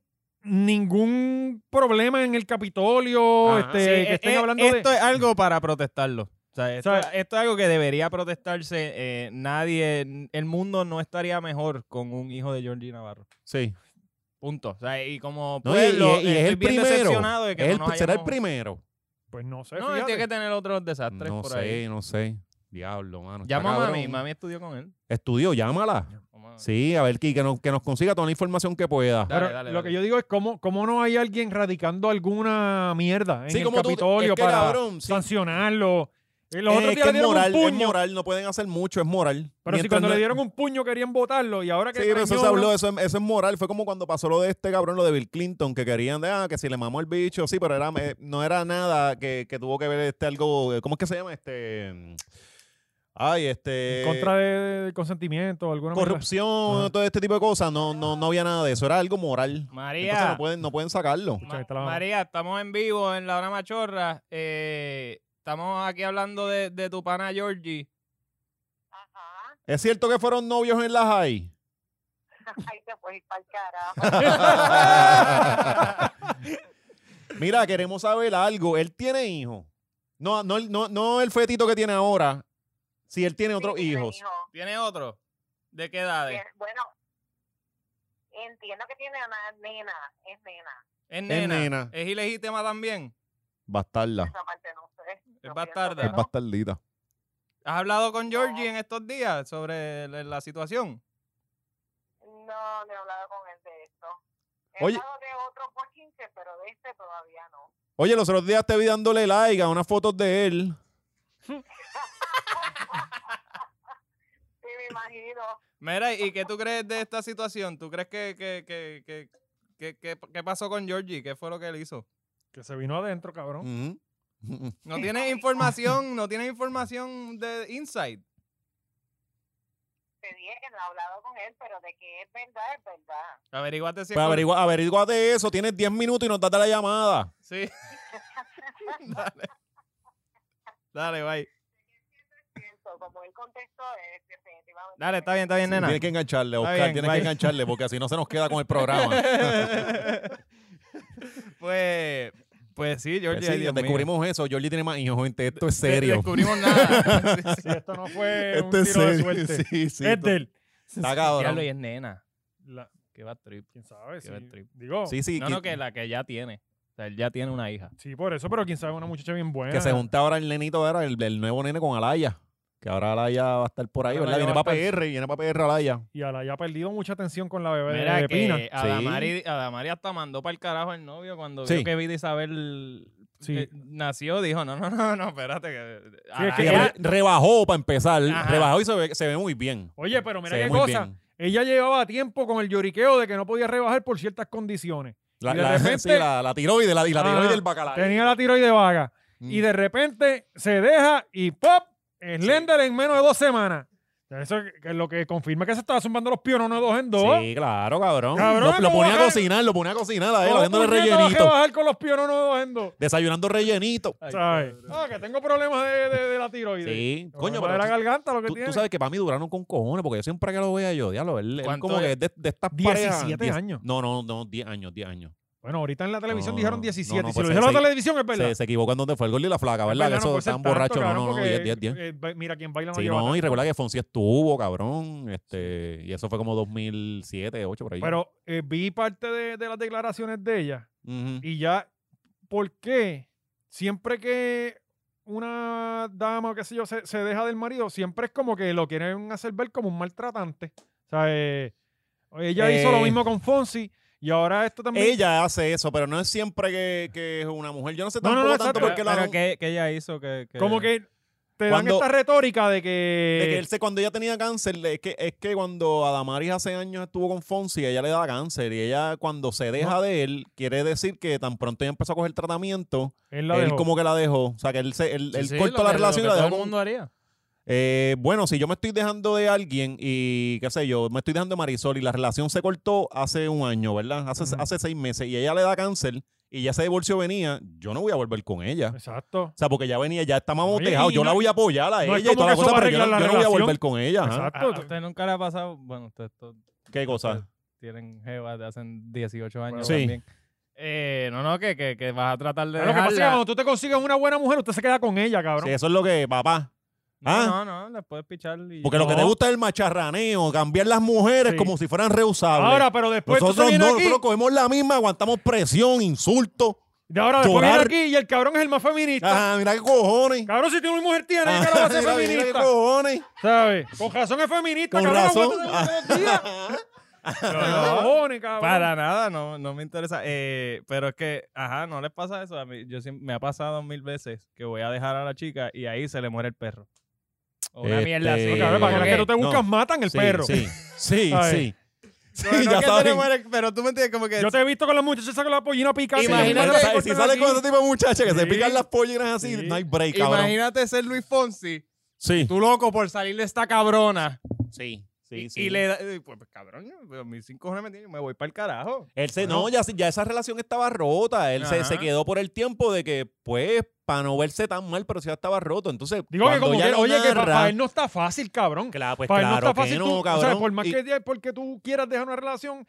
ningún problema en el Capitolio,
Ajá.
este, que estén hablando de...
eh, esto es algo para protestarlo. O sea, esto,
O sea,
esto es algo que debería protestarse. eh, nadie, el mundo no estaría mejor con un hijo de Georgie Navarro.
Sí.
Punto. O sea, y como
No, y- y-
pueblo, eh,
y, es
estoy
el
bien decepcionado
primero.
de que
Es
no
el-
nos hayamos-
será el primero.
Pues no sé,
No, él
fíjate.
tiene que tener otros desastres
No
por
sé,
ahí.
no sé. Diablo, mano. está
Llama a mami,
cabrón.
mami estudió con él.
Estudio, llámala.
Vamos a-
Sí, a ver, que, que, nos, que nos consiga toda la información que pueda.
Dale,
Pero
dale,
lo
dale.
que yo digo es cómo, cómo no hay alguien radicando alguna mierda en
sí,
el
como tú- es
Capitolio
que,
para
cabrón, sí.
sancionarlo. Eh, Los
Eh,
otros
es
días
que
le
es
dieron
moral,
un
es
puño.
moral, no pueden hacer mucho, es moral.
Pero si
Mientras
cuando
no-
le dieron un puño querían votarlo y ahora que
Sí, pero eso
preñó
se
uno-
habló, eso, eso es moral. Fue como cuando pasó lo de este cabrón, lo de Bill Clinton, que querían, de, ah, que si le mamó el bicho, sí, pero era, eh, no era nada que, que tuvo que ver este algo, eh, ¿cómo es que se llama? Este, mm, ay, este...
en contra de, de- del consentimiento alguna mierda.
corrupción,
Ajá.
todo este tipo de cosas. No, no, no había nada de eso, era algo moral. Entonces
María,
no este pueden, no pueden sacarlo.
Ma-
Escucha, ahí está la mamá.
María, estamos en vivo en La Hora Machorra. eh, estamos aquí hablando de, de tu pana Georgie.
¿Es cierto que fueron novios en la high?
Ahí te puedes ir para el carajo.
Mira, queremos saber algo. ¿Él tiene hijos? No, no, el- no, no el fetito que tiene ahora. Si él tiene otros
Sí, tiene
hijos.
hijo.
¿Tiene otro? ¿De qué edades?
Bien, Bueno, entiendo que tiene una nena, es nena.
Es
nena.
nena. ¿Es ilegítima también?
Bastarda.
Esa parte no sé.
Es
Yo
bastarda.
pienso
Ah. Es
que no.
bastardita.
¿Has hablado con Georgie en estos días sobre la, la situación?
No, no he hablado con él de esto. He
Oye.
hablado de otro por 15, pero de este todavía no.
Oye, los otros días te vi dándole like a unas fotos de él.
Sí, me imagino.
Mira, ¿y qué tú crees de esta situación? ¿Tú crees que, que, que, que, que- que- qué pasó con Georgie? ¿Qué fue lo que él hizo?
Que se vino adentro, cabrón.
Ujú.
¿No tienes información? ¿No tienes información de insight?
Te dije que no he hablado con él, pero de que es verdad, es verdad.
Averíguate si es
Pues
cor-
averigua, averíguate eso. Tienes 10 minutos y nos das la llamada.
Sí. Dale. Dale, bye.
Pienso, como él contestó, es definitivamente.
Dale, está bien, está bien, nena.
Tienes que engancharle,
Está
Oscar.
bien,
tienes
bye.
que engancharle porque así no se nos queda con el programa.
pues, pues sí, Georgie.
Sí,
ay, Dios mío.
descubrimos eso. Jordi tiene más hijos, gente. Esto es
De-
serio.
Descubrimos nada. Sí, sí.
Si esto no fue un
Esto
tiro
Este
de
es serio.
suerte.
Sí, sí,
es
esto-
del.
Está cabrón.
Diablo, y es nena.
La-
Que va trip.
¿Quién sabe?
Qué
si-
buen trip.
digo, sí.
Sí, sí.
No,
que,
no, que la que ya tiene. O sea, él ya tiene una hija.
por eso, pero quién sabe, una muchacha bien buena.
que se junta ahora el nenito, ahora el, el nuevo nene con Alaya. Que ahora Alaya va a estar por ahí,
Ahora
¿verdad?
Alaya
Viene
va a
para PR, viene para PR Alaya.
Y a la ya ha perdido mucha atención con la bebé
Mira
de Pina.
que Adamari, Adamari hasta mandó para el carajo al novio cuando
Sí.
vio que Vida Isabel
Sí.
eh, nació. Dijo, no, no, no, no, espérate. Que,
Sí, es que
Que
Alaya-
ella-
re- rebajó para empezar.
Ah, Ajá.
Rebajó y se ve, se ve muy bien.
Oye, pero mira
Se ve
qué
muy
cosa.
bien.
Ella llevaba tiempo con el lloriqueo de que no podía rebajar por ciertas condiciones.
La,
y de
la- sí,
repente-
la- la tiroides, la, y la tiroides
Ajá.
del bacalao.
Tenía la tiroides vaga.
Mm.
Y de repente se deja y ¡pop! Slender en menos de dos semanas. Eso es que- lo que confirma que se estaba zumbando los pionos de dos en dos.
Sí, claro, cabrón.
Cabrón,
lo, lo
¿cómo
ponía a
bajar?
cocinar, lo ponía a cocinar a él,
¿Cómo
haciéndole
puñeta vas a
rellenito.
bajar con los pionos de dos en dos?
Desayunando rellenito.
Ay,
¿Sabes?
cabrón.
Ah, que tengo problemas de, de- de la tiroides.
Sí,
pero de
coño, pero
la
tú-
garganta lo que
tú,
tiene.
tú sabes que para mí duraron con cojones, porque yo siempre que lo veía yo, diablo, él, él
¿Cuánto
como
es?
que es de, de estas
17
parejas. diez-
años.
No, no, no, 10 años, 10 años.
Bueno, ahorita en la televisión
No,
dijeron
no,
17.
no,
y si
pues
lo
se-
dijeron en la
se-
televisión, es verdad.
Se, se equivocó en donde fue el gol y la flaca, ¿verdad?
verdad,
que
no
eso
puede ser
estaban
tanto,
borrachos. No,
cabrón,
no, no,
porque,
10, 10, 10.
eh, ba- mira, quien baila no
Sí,
lleva
no, y
tanto.
recuerda que Fonsi estuvo, cabrón. Este, y eso fue como 2007, 2008, por ahí.
Pero eh, vi parte de, de las declaraciones de ella
Ujú.
y ya, ¿por qué siempre que una dama o qué sé yo se, se deja del marido, siempre es como que lo quieren hacer ver como un maltratante? O sea, eh, ella hizo lo
Eh.
mismo con Fonsi y ahora esto también...
Ella hace eso, pero no es siempre que, que es una mujer. Yo no sé
No, no,
tampoco
no,
tanto
exacto,
porque
Pero,
la.
pero ¿qué, qué ella hizo? Que, que-
Como que te
Cuando-
dan esta retórica de que...
de que él se- cuando ella tenía cáncer, es que, es que cuando Adamaris hace años estuvo con Fonsi, ella le daba cáncer. Y ella, cuando se deja de él, quiere decir que tan pronto ella empezó a coger tratamiento,
él la
él
dejó.
como que la dejó. O sea, que él, se, él,
Sí,
él
sí,
cortó
lo
la
que- lo
relación y la
que todo
dejó
el
con-
mundo haría.
Eh, bueno, si yo me estoy dejando de alguien y qué sé yo, me estoy dejando de Marisol y la relación se cortó hace un año, ¿verdad? Hace,
Ujú.
hace seis meses y ella le da cáncer y ya ese divorcio venía, yo no voy a volver con ella.
Exacto.
O sea, porque ya venía, ya estábamos
Pues Oye,
tejados.
y
Yo
no-
la voy a apoyar a
no es
ella
como
y toda la
que eso
cosa,
va a
pero yo, no-
arreglar la
yo no voy a
relación.
volver con ella. ajá.
Exacto.
A, a Ah, usted nunca le ha pasado. Bueno, usted esto-
¿Qué cosa?
ustedes tienen jeva de hace 18 años
Sí.
también. Eh, no, no, que, que, que vas a tratar de.
Pero lo que pasa es que
dejarla.
cuando tú te consigues una buena mujer, usted se queda con ella, cabrón.
Sí, eso es lo que, papá.
No,
Ah.
no, no, le puedes pichar. Y
Porque lo que
No.
te gusta es el macharraneo, cambiar las mujeres
Sí.
como si fueran reusables.
Ahora, pues, pero después tú te
nosotros no,
vienes aquí,
nosotros cogemos la misma, aguantamos presión, insultos.
de ahora después
llorar.
viene aquí y el cabrón es el más feminista.
Ajá, mira qué cojones.
Cabrón, si tiene una mujer tiene, ¿qué lo va a ser
Mira, mira qué
feminista?
cojones.
¿Sabes? Con razón es feminista,
Con
cabrón.
razón.
aguántate todos los días.
No, no,
Cojones, cabrón.
Para nada, no, no me interesa. Eh, pero es que, ajá, no les pasa eso. A mí, yo siem- me ha pasado mil veces que voy a dejar a la chica y ahí se le muere el perro. O una
Este,
mierda así.
No, cabrón, para que las que tú te
No.
buscas matan el
Sí,
perro.
Sí, sí,
Ay.
sí.
No, no
Sí,
es
ya
que se le
saben.
muere, pero tú me entiendes como que.
Yo te he visto con las muchachas con la pollina picante.
Sí, ya
Imagínate
sabes,
que
si
cortan
sales con
aquí.
ese tipo de muchachas que se
Sí.
pican las pollinas así,
Sí.
no hay break, cabrón.
imagínate ser Luis Fonsi,
Sí,
tú loco por salir de esta cabrona.
sí.
Y-
Sí,
y,
sí.
le da, eh, pues, pues, cabrón, pero mis cinco cojones me tienen, me voy para el carajo.
Él se,
Bueno.
no, ya, ya esa relación estaba rota. Él se, se
Ajá.
quedó por el tiempo de que, pues, para no verse tan mal, pero sí ya estaba roto. Entonces,
Digo que
cuando
como
ya
que,
lo
oye, que para
narra-
él no está fácil, cabrón.
Claro, pues
para él no
claro
está
que
fácil,
no,
tú- o sea,
cabrón.
por más
Y-
que, porque tú quieras dejar una relación,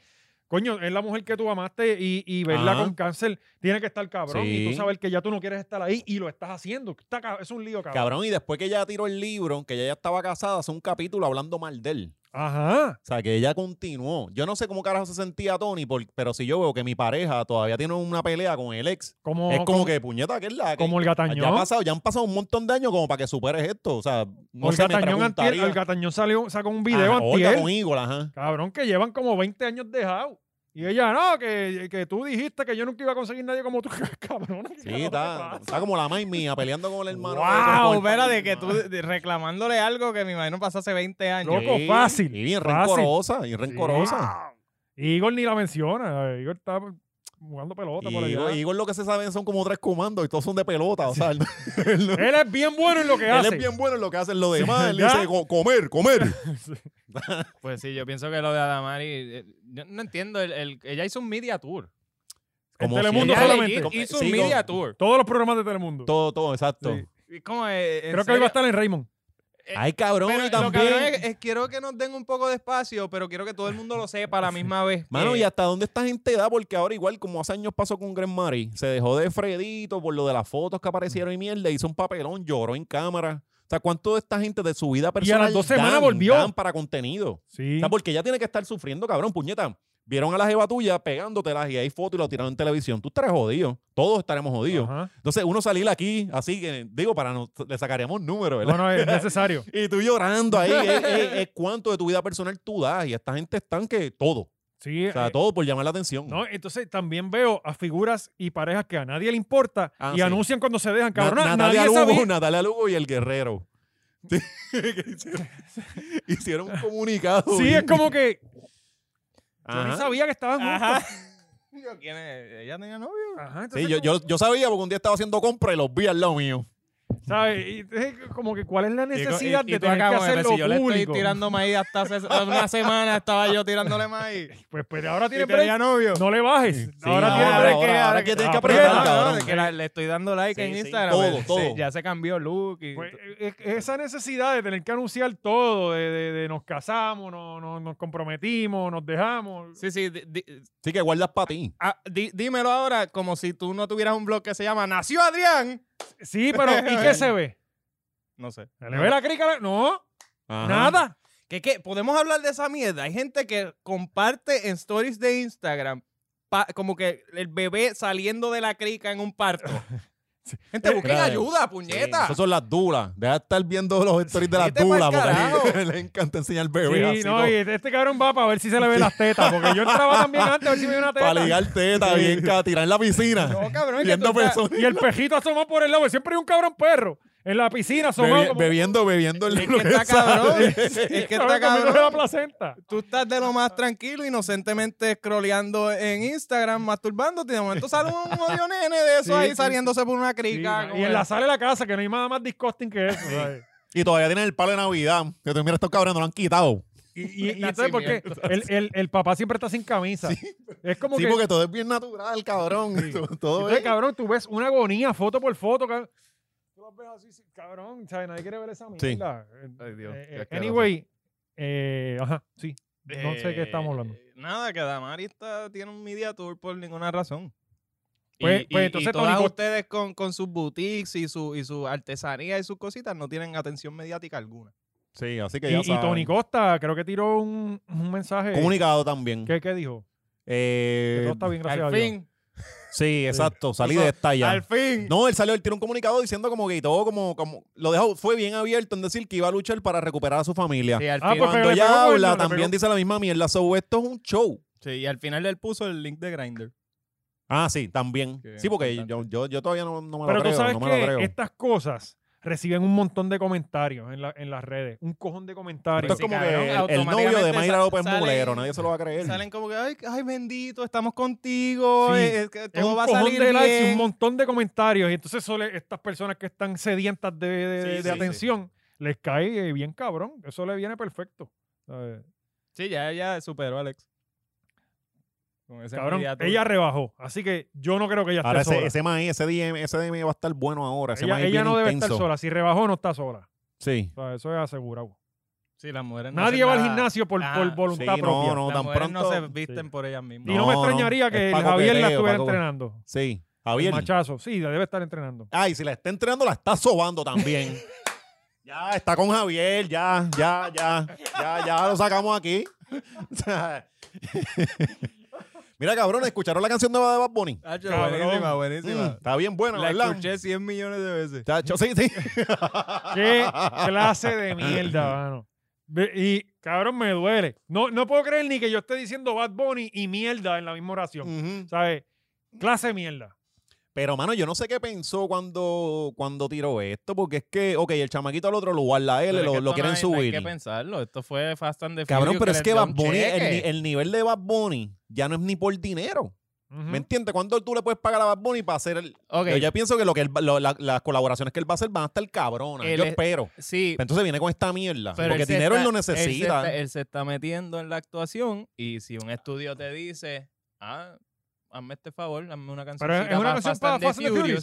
coño, es la mujer que tú amaste y, y verla
Ajá.
con cáncer, tiene que estar cabrón. Y
Sí.
tú sabes que ya tú no quieres estar ahí y lo estás haciendo. Está ca- es un lío, cabrón.
Cabrón, y después que ella tiró el libro, que ella ya estaba casada, hace un capítulo hablando mal de él.
Ajá.
O sea, que ella continuó. Yo no sé cómo carajo se sentía Tony, por- pero si yo veo que mi pareja todavía tiene una pelea con el ex,
Como,
es como,
como,
que puñeta, que es la que-
como el
ya, ha
gatañón.
pasado, ya han pasado un montón de años como para que superes esto. O sea, no
el,
sé, me
gatañón antier-
preguntaría.
el Gatañón salió, sacó un video
Ajá, Olga
antier.
con Eagle, ajá.
Cabrón, que llevan como 20 años dejados. Y ella, no, que, que tú dijiste que yo nunca iba a conseguir nadie como tú, cabrón. ¿qué
Sí,
carajo te
está,
pasa?
está como la maíz mía peleando con el hermano.
wow,
con el
espera, Ah, de
pan,
que tú
ma.
de- reclamándole algo que me imagino pasó hace 20 años.
Loco, fácil,
Y bien
fácil. Ah,
rencorosa, y rencorosa.
Y Igor ni la menciona. Igor está jugando pelota por
Y
allá.
Igor, Igor lo que se saben son como tres comandos y todos son de pelota. O sea, él, él no-
Él es bien bueno en lo que
él
hace.
es bien bueno en lo que hacen los demás. Él
¿Ya?
dice "Co- comer, comer.
Pues sí, yo pienso que lo de Adamari, eh, yo no entiendo, el- el- ella hizo un media tour.
En Telemundo
Ella
solamente.
legit
Como-
hizo
sí,
un
como-
media tour.
Todos los programas de Telemundo.
Todo, todo, exacto.
Sí. Eh,
Y como, eh, en
Creo que hoy va a
serio.
estar en Raymond.
Ay, cabrón,
Pero
y
lo cabrón
también.
es, es quiero que nos den un poco de espacio, pero quiero que todo el mundo lo sepa a la misma vez.
Mano,
Eh,
¿y hasta dónde esta gente da? Porque ahora, igual, como hace años pasó con Gran Mari, se dejó de Fredito por lo de las fotos que aparecieron y mierda, hizo un papelón, lloró en cámara. O sea, ¿cuánto de esta gente de su vida personal
dos semanas
dan-
volvió.
dan para contenido?
Sí.
O sea, porque ya tiene que estar sufriendo, cabrón, puñeta. Vieron a la jeva tuya pegándotelas y hay fotos y lo tiraron en televisión. Tú estarás jodido. Todos estaremos jodidos.
Ajá.
Entonces, uno salir aquí, así que, digo, para no, le sacaríamos números, ¿verdad?
No, no, es necesario.
Y tú llorando ahí, es, es- es cuánto de tu vida personal tú das. Y esta gente están que todo.
Sí.
O sea,
eh,
todo por llamar la atención.
no, entonces también veo a figuras y parejas que a nadie le importa
Ah,
y
sí.
anuncian cuando se dejan. Cabrón,
Na-
nadie
Natalia Lugo,
sabía.
Natalia Lugo y el guerrero. Sí, que hicieron, hicieron un comunicado.
Sí, es como que yo
Ajá.
ni sabía que estaban juntos.
Ajá. Yo, ¿quién es? ¿Ella tenía novio?
Ajá, entonces
Sí, yo, yo, yo sabía porque un día estaba haciendo compra y los vi al lado mío.
¿Sabes? Y es como que cuál es la necesidad
Y- y
de
tú
tener que
acá, como que,
hacerlo
si yo le
público.
estoy tirando maíz hasta hace una semana estaba yo tirándole maíz.
Pues, pero ahora
¿Y
tiene
tenía
break.
novio?
No le bajes. ahora
no,
tiene
ahora-
break.
ahora que tienes que
apretar,
No, no,
cabrón.
es que la- le estoy dando like
Sí,
en
sí,
Instagram.
todo,
pues,
todo.
ya se cambió look. Y,
Pues, eh, eh, esa necesidad de tener que anunciar todo, de, de- de nos casamos, no- no- nos comprometimos, nos dejamos.
sí, sí. di- di-
Así que guardas para ti.
ah, di- dímelo ahora como si tú no tuvieras un blog que se llama Nació Adrián.
Sí, pero ¿y qué se ve?
No sé.
¿Se le ve la crica? a la- No,
Ajá.
nada.
Que, que podemos hablar de esa mierda. Hay gente que comparte en stories de Instagram pa- como que el bebé saliendo de la crica en un parto. Gente, busquen
Claro.
ayuda,
Sí,
puñeta.
Esas son las dulas. Deja de estar viendo los stories de las
Vete pa'l
dulas porque
carajo.
a él le encanta enseñar bebés
sí,
así.
no, y este, este cabrón va para ver si se le ve las tetas, porque yo entraba también antes a ver si me veía una teta.
Para ligar teta, bien, ca- tirar en la piscina.
No, cabrón, es que
viendo
tú estás-
personas.
Y el pejito asomó por el lado, siempre hay un cabrón perro en la piscina asomado.
bebi-
como-
bebiendo, bebiendo el
Es que está cabrón. Es que está
cabrón, comiéndose la
cabrón.
placenta.
Tú estás de lo más tranquilo, inocentemente scrolleando en Instagram, masturbándote. y De momento sale un odio nene de eso
Sí,
ahí
sí,
saliéndose por una
Sí,
crica. como
y en
el-
la sala de la casa, que no hay nada más disgusting que eso. ¿sabes?
Y todavía tienen el palo de Navidad. Que tú mira, estos cabrones no lo han quitado.
Y, y entonces, porque el, el, el papá siempre está sin camisa. Es como
Sí,
que.
porque todo es bien natural, cabrón. Todo- Todo
Entonces,
es.
cabrón, tú ves una agonía foto por foto, cabrón. Tú las ves así, sí, cabrón, ¿sabes? Nadie quiere ver esa
Sí.
mierda. Eh,
Ay, Dios,
eh,
qué
eh,
asqueroso.
anyway, eh, ajá, sí. No sé de qué estamos hablando.
Eh, Nada, que Damari está- tiene un media tour por ninguna razón.
Pues-
y,
pues
y-
entonces,
y todas
Tony Costa-
ustedes con, con sus boutiques y su, y su artesanía y sus cositas no tienen atención mediática alguna.
Sí, así que
Y,
ya
y
saben.
Tony Costa, creo que tiró un, un mensaje.
Comunicado también.
¿Qué, qué dijo? Que
Eh,
todo está bien, gracias
al
a Dios.
fin,
sí, exacto. Salí de esta ya.
al fin.
No, él salió, él tiró un comunicado diciendo como que y todo, como, como lo dejó, fue bien abierto en decir que iba a luchar para recuperar a su familia.
Sí, al
Ah,
fin.
pues,
Cuando
le pegó
ella
bueno,
habla,
le pegó.
también dice la misma mierda. So, esto es un show.
Sí,
pues.
y al final él puso el link de Grindr.
Ah, sí, también.
Qué
Sí, porque yo,
importante.
yo, yo todavía no, no me lo
Pero
creo.
tú sabes
no me lo creo.
que estas cosas reciben un montón de comentarios en, la- en las redes. Un cojón de
Esto
comentarios.
es como
cabrón,
que el- el, novio de
automáticamente
Mayra
sa-
López
salen-
Mulero. Nadie se lo va a creer.
Salen como que, ay, ay, bendito, estamos contigo,
Sí.
eh, es que
Es
todo
un
va a
cojón
salir
de likes y
bien.
un montón de comentarios. Y entonces eso le- estas personas que están sedientas de, de-
Sí,
de
sí, sí.
atención les cae eh, bien cabrón. Eso le viene perfecto. ¿sabes?
Sí, ya ella superó a Alex. Con ese
Cabrón,
candidato.
ella rebajó. Así que yo no creo que ella esté
Ahora ese,
sola.
ese maíz, ese DM, ese DM va a estar bueno ahora. Ese
ella
maíz
ella
bien
no debe
intenso.
estar sola. Si rebajó, no está sola.
Sí.
O sea, eso es asegurado.
Sí, las mujeres no
Nadie
hacen
va al
nada.
gimnasio por,
Ah,
por voluntad
sí, no,
propia.
no,
Las
tan
mujeres no
pronto-
se visten por ellas
Y no,
mismas.
No,
me
no,
extrañaría
es
que el
pa'
Javier la
coqueteo,
estuviera
pa' co-
entrenando.
Sí.
El
Javier.
Machazo. Sí, la debe estar entrenando.
Ay, si la está entrenando, la está sobando también. ya, está con Javier, ya, ya, ya, ya, ya lo sacamos aquí. O sea, Mira, cabrón, ¿escucharon la canción nueva de Bad Bunny?
Hacho,
Cabrón.
Ah, buenísima,
Mm,
buenísima.
está bien buena,
La
¿verdad?
escuché 100 millones de veces.
Chacho, sí, sí.
Qué clase de mierda, mano. Ve- Y, cabrón, me duele. No, no puedo creer ni que yo esté diciendo Bad Bunny y mierda en la misma oración.
Ujú.
¿Sabes? Clase de mierda.
Pero, mano, yo no sé qué pensó cuando, cuando tiró esto, porque es que, ok, el chamaquito al otro lugar, la L,
Pero
lo,
es que
lo
esto no
quieren
hay- no
subir.
Hay que pensarlo. Esto fue Fast and the
Cabrón,
Furious
pero es
les
que
dio
Bad
un
Bunny, el, ni-
cheque.
el nivel de Bad Bunny ya no es ni por dinero.
Ujú.
¿Me entiendes? ¿Cuándo tú le puedes pagar a Bad Bunny para hacer el...
Ok,
Yo ya pienso que, lo que él va- lo- la- las colaboraciones que él va a hacer van a estar cabronas.
Él
yo
es-
espero.
sí.
Entonces viene con esta mierda.
pero
porque
se
dinero él lo
está-
necesita.
Él se, está, él se está metiendo en la actuación y si un estudio te dice, ah, hazme este favor, hazme una canción.
es una canción para Fast and the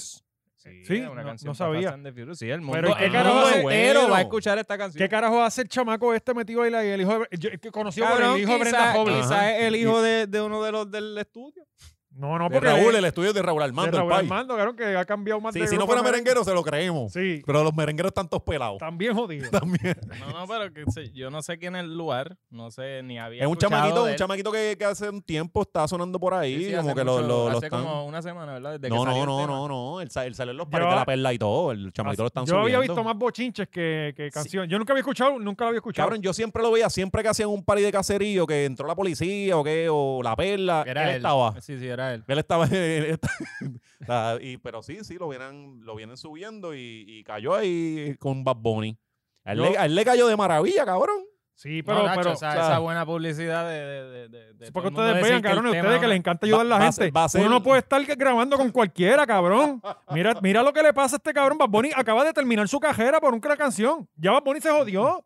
Sí,
Sí,
es una
no-
canción
no
para
sabía.
Fast and the Furious. Sí, el mundo,
Pero ¿y qué
el
carajo
mundo
hace-
entero va
bueno?
a escuchar esta canción.
¿Qué carajo hace el chamaco este metido ahí? la- El hijo de, yo- es que conoció por
Cabrón,
el hijo de Brenda
quizá-
Hobbes.
quizá es el hijo de, de uno de los del estudio.
No, no,
De
porque
Eh, Raúl, el estudio de Raúl
de
Armando. el
Raúl
pai.
Armando, cabrón, que ha cambiado más
Sí,
de
si no
grupo
fuera merenguero, se lo creemos.
Sí,
Pero los merengueros están todos pelados.
también jodido.
También.
No, no, pero que se- yo no sé quién es el lugar. No sé, ni había
Es un
escuchado
chamaquito,
de
un
él.
chamaquito que, que hace un tiempo está sonando por ahí.
Sí, sí,
como
hace
que lo,
mucho-
lo- lo
hace
están-
como una semana, ¿verdad? Desde que
No,
salió
no,
el
no,
tema.
no, no. Él, sa- él salió en los paris
Yo-
de la perla y todo. El chamaquito lo están
yo
subiendo.
había visto más bochinches que, que canciones. Yo nunca había escuchado, nunca lo había escuchado.
Cabrón, yo siempre lo veía, siempre que hacían un party de cacerío, que entró la policía o que, o la perla,
Era
él,
él.
estaba.
Sí, sí, era él.
Él estaba. él estaba- la- y- pero sí, sí, lo vienen, lo vienen subiendo y, y cayó ahí con Bad Bunny. A él,
Yo-
le, a él le cayó de maravilla, cabrón.
sí,
No,
pero,
Nacho,
pero
esa,
o sea,
esa buena publicidad de... de, de, de- de todo
porque
el mundo
ustedes
decir
vean,
que el
cabrones,
tema
ustedes que
no-
les encanta ayudar a la
va a
gente.
ser- va a ser-
Uno no puede estar que- grabando con cualquiera, cabrón. Mira, mira lo que le pasa a este cabrón. Bad Bunny acaba de terminar su cajera por una canción. Ya Bad Bunny se jodió.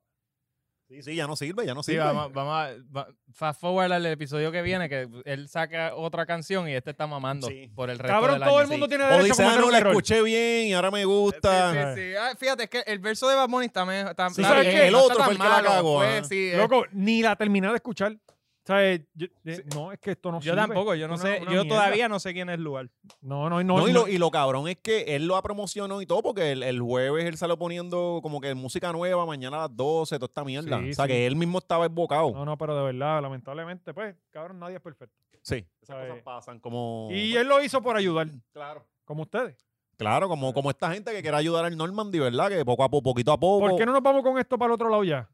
Sí, sí, ya no sirve, ya no
Sí,
sirve.
vamos, vamos a... va- fast forward al episodio que viene, que él saca otra canción y este está mamando
Sí.
por el resto
Cabrón,
del
todo
año,
el mundo
sí.
tiene
o
derecho
dice,
a
ah,
cometer
no,
un
la
error.
escuché bien y ahora me gusta.
Sí, sí, sí. Ah, fíjate, es que el verso de Bad Bunny está... me- está
Sí,
está
¿sabes
bien,
qué?
no
El
está
otro
tan
fue el que la
malo,
cagó,
fue-
ah.
sí, es-
Loco, ni la terminé de escuchar. O sea, eh, yo- eh, No, es que esto no
Yo
sirve.
tampoco, yo no
Una-
sé,
una
yo
mierda.
todavía no sé quién es el lugar.
No, no, no.
No, y,
no.
lo, y lo cabrón es que él lo ha promocionado y todo, porque el, el jueves él salió poniendo como que música nueva, mañana a las 12, toda esta mierda.
Sí,
o sea,
sí.
que él mismo estaba embocado.
No, no, pero de verdad, lamentablemente, pues, cabrón, nadie es perfecto.
Sí. Esas
¿Sabes?
cosas pasan como...
Y él lo hizo por ayudar,
Claro.
como ustedes.
Claro, como, como esta gente que quiere ayudar al Normandy, ¿verdad? Que poco a poco, poquito a poco.
¿Por qué no nos vamos con esto para el otro lado ya?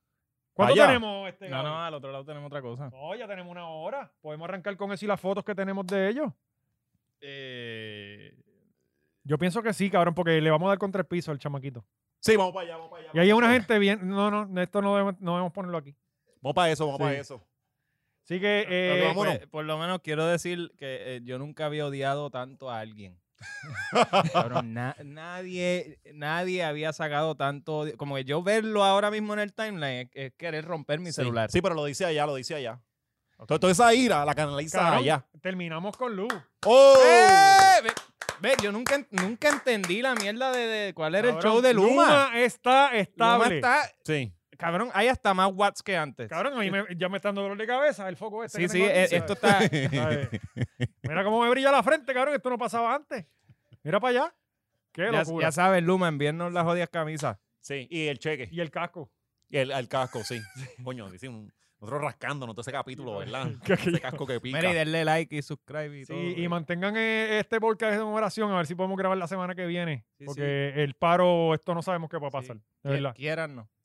¿Cuánto
Allá.
tenemos este?
No,
Gabriel?
no, al otro lado tenemos otra cosa.
No, ya tenemos una hora. Podemos arrancar con eso y las fotos que tenemos de ellos.
Eh,
Yo pienso que sí, cabrón, porque le vamos a dar contra el piso al chamaquito.
Sí, vamos para allá, vamos para allá.
Y ahí hay una gente bien. No, no, esto no debemos, no debemos ponerlo aquí.
Vamos para eso, vamos
Sí.
para eso.
Así que.
Eh,
eh,
vámonos.
pues, por lo menos quiero decir que eh, yo nunca había odiado tanto a alguien. Cabrón, na- nadie, nadie había sacado tanto. odio. Como que yo verlo ahora mismo en el timeline es, es querer romper mi
Sí.
celular.
Sí, pero lo dice allá, lo dice allá. Entonces, Toda esa ira la canaliza
cabrón,
allá.
terminamos con Luz.
¡Oh!
¡Eh! Ve, ve, yo nunca, en- nunca entendí la mierda de, de cuál era el
Cabrón,
show de Luma.
está
Luma
estable.
está-
Sí.
cabrón, hay hasta más watts que antes.
Cabrón, a mí me- ya me está dando dolor de cabeza el foco este.
sí,
que
sí,
tengo aquí,
eh,
¿sabes?
esto está.
¿sabes? Mira cómo me brilla la frente, cabrón. Esto no pasaba antes. Mira para allá. Qué
Ya,
locura.
ya sabes, Luma, envíennos las jodidas camisas.
Sí, y el cheque.
Y el casco.
Y el, el casco, sí. Coño, dice un- nosotros rascándonos todo ese capítulo, ¿verdad?
Que aquello-
ese casco que pica.
Mira, y denle like y subscribe y todo.
Sí, y mantengan eh, este podcast en oración a ver si podemos grabar la semana que viene.
Sí,
porque el paro, esto no sabemos qué va a pasar. De verdad.
Quiérannos.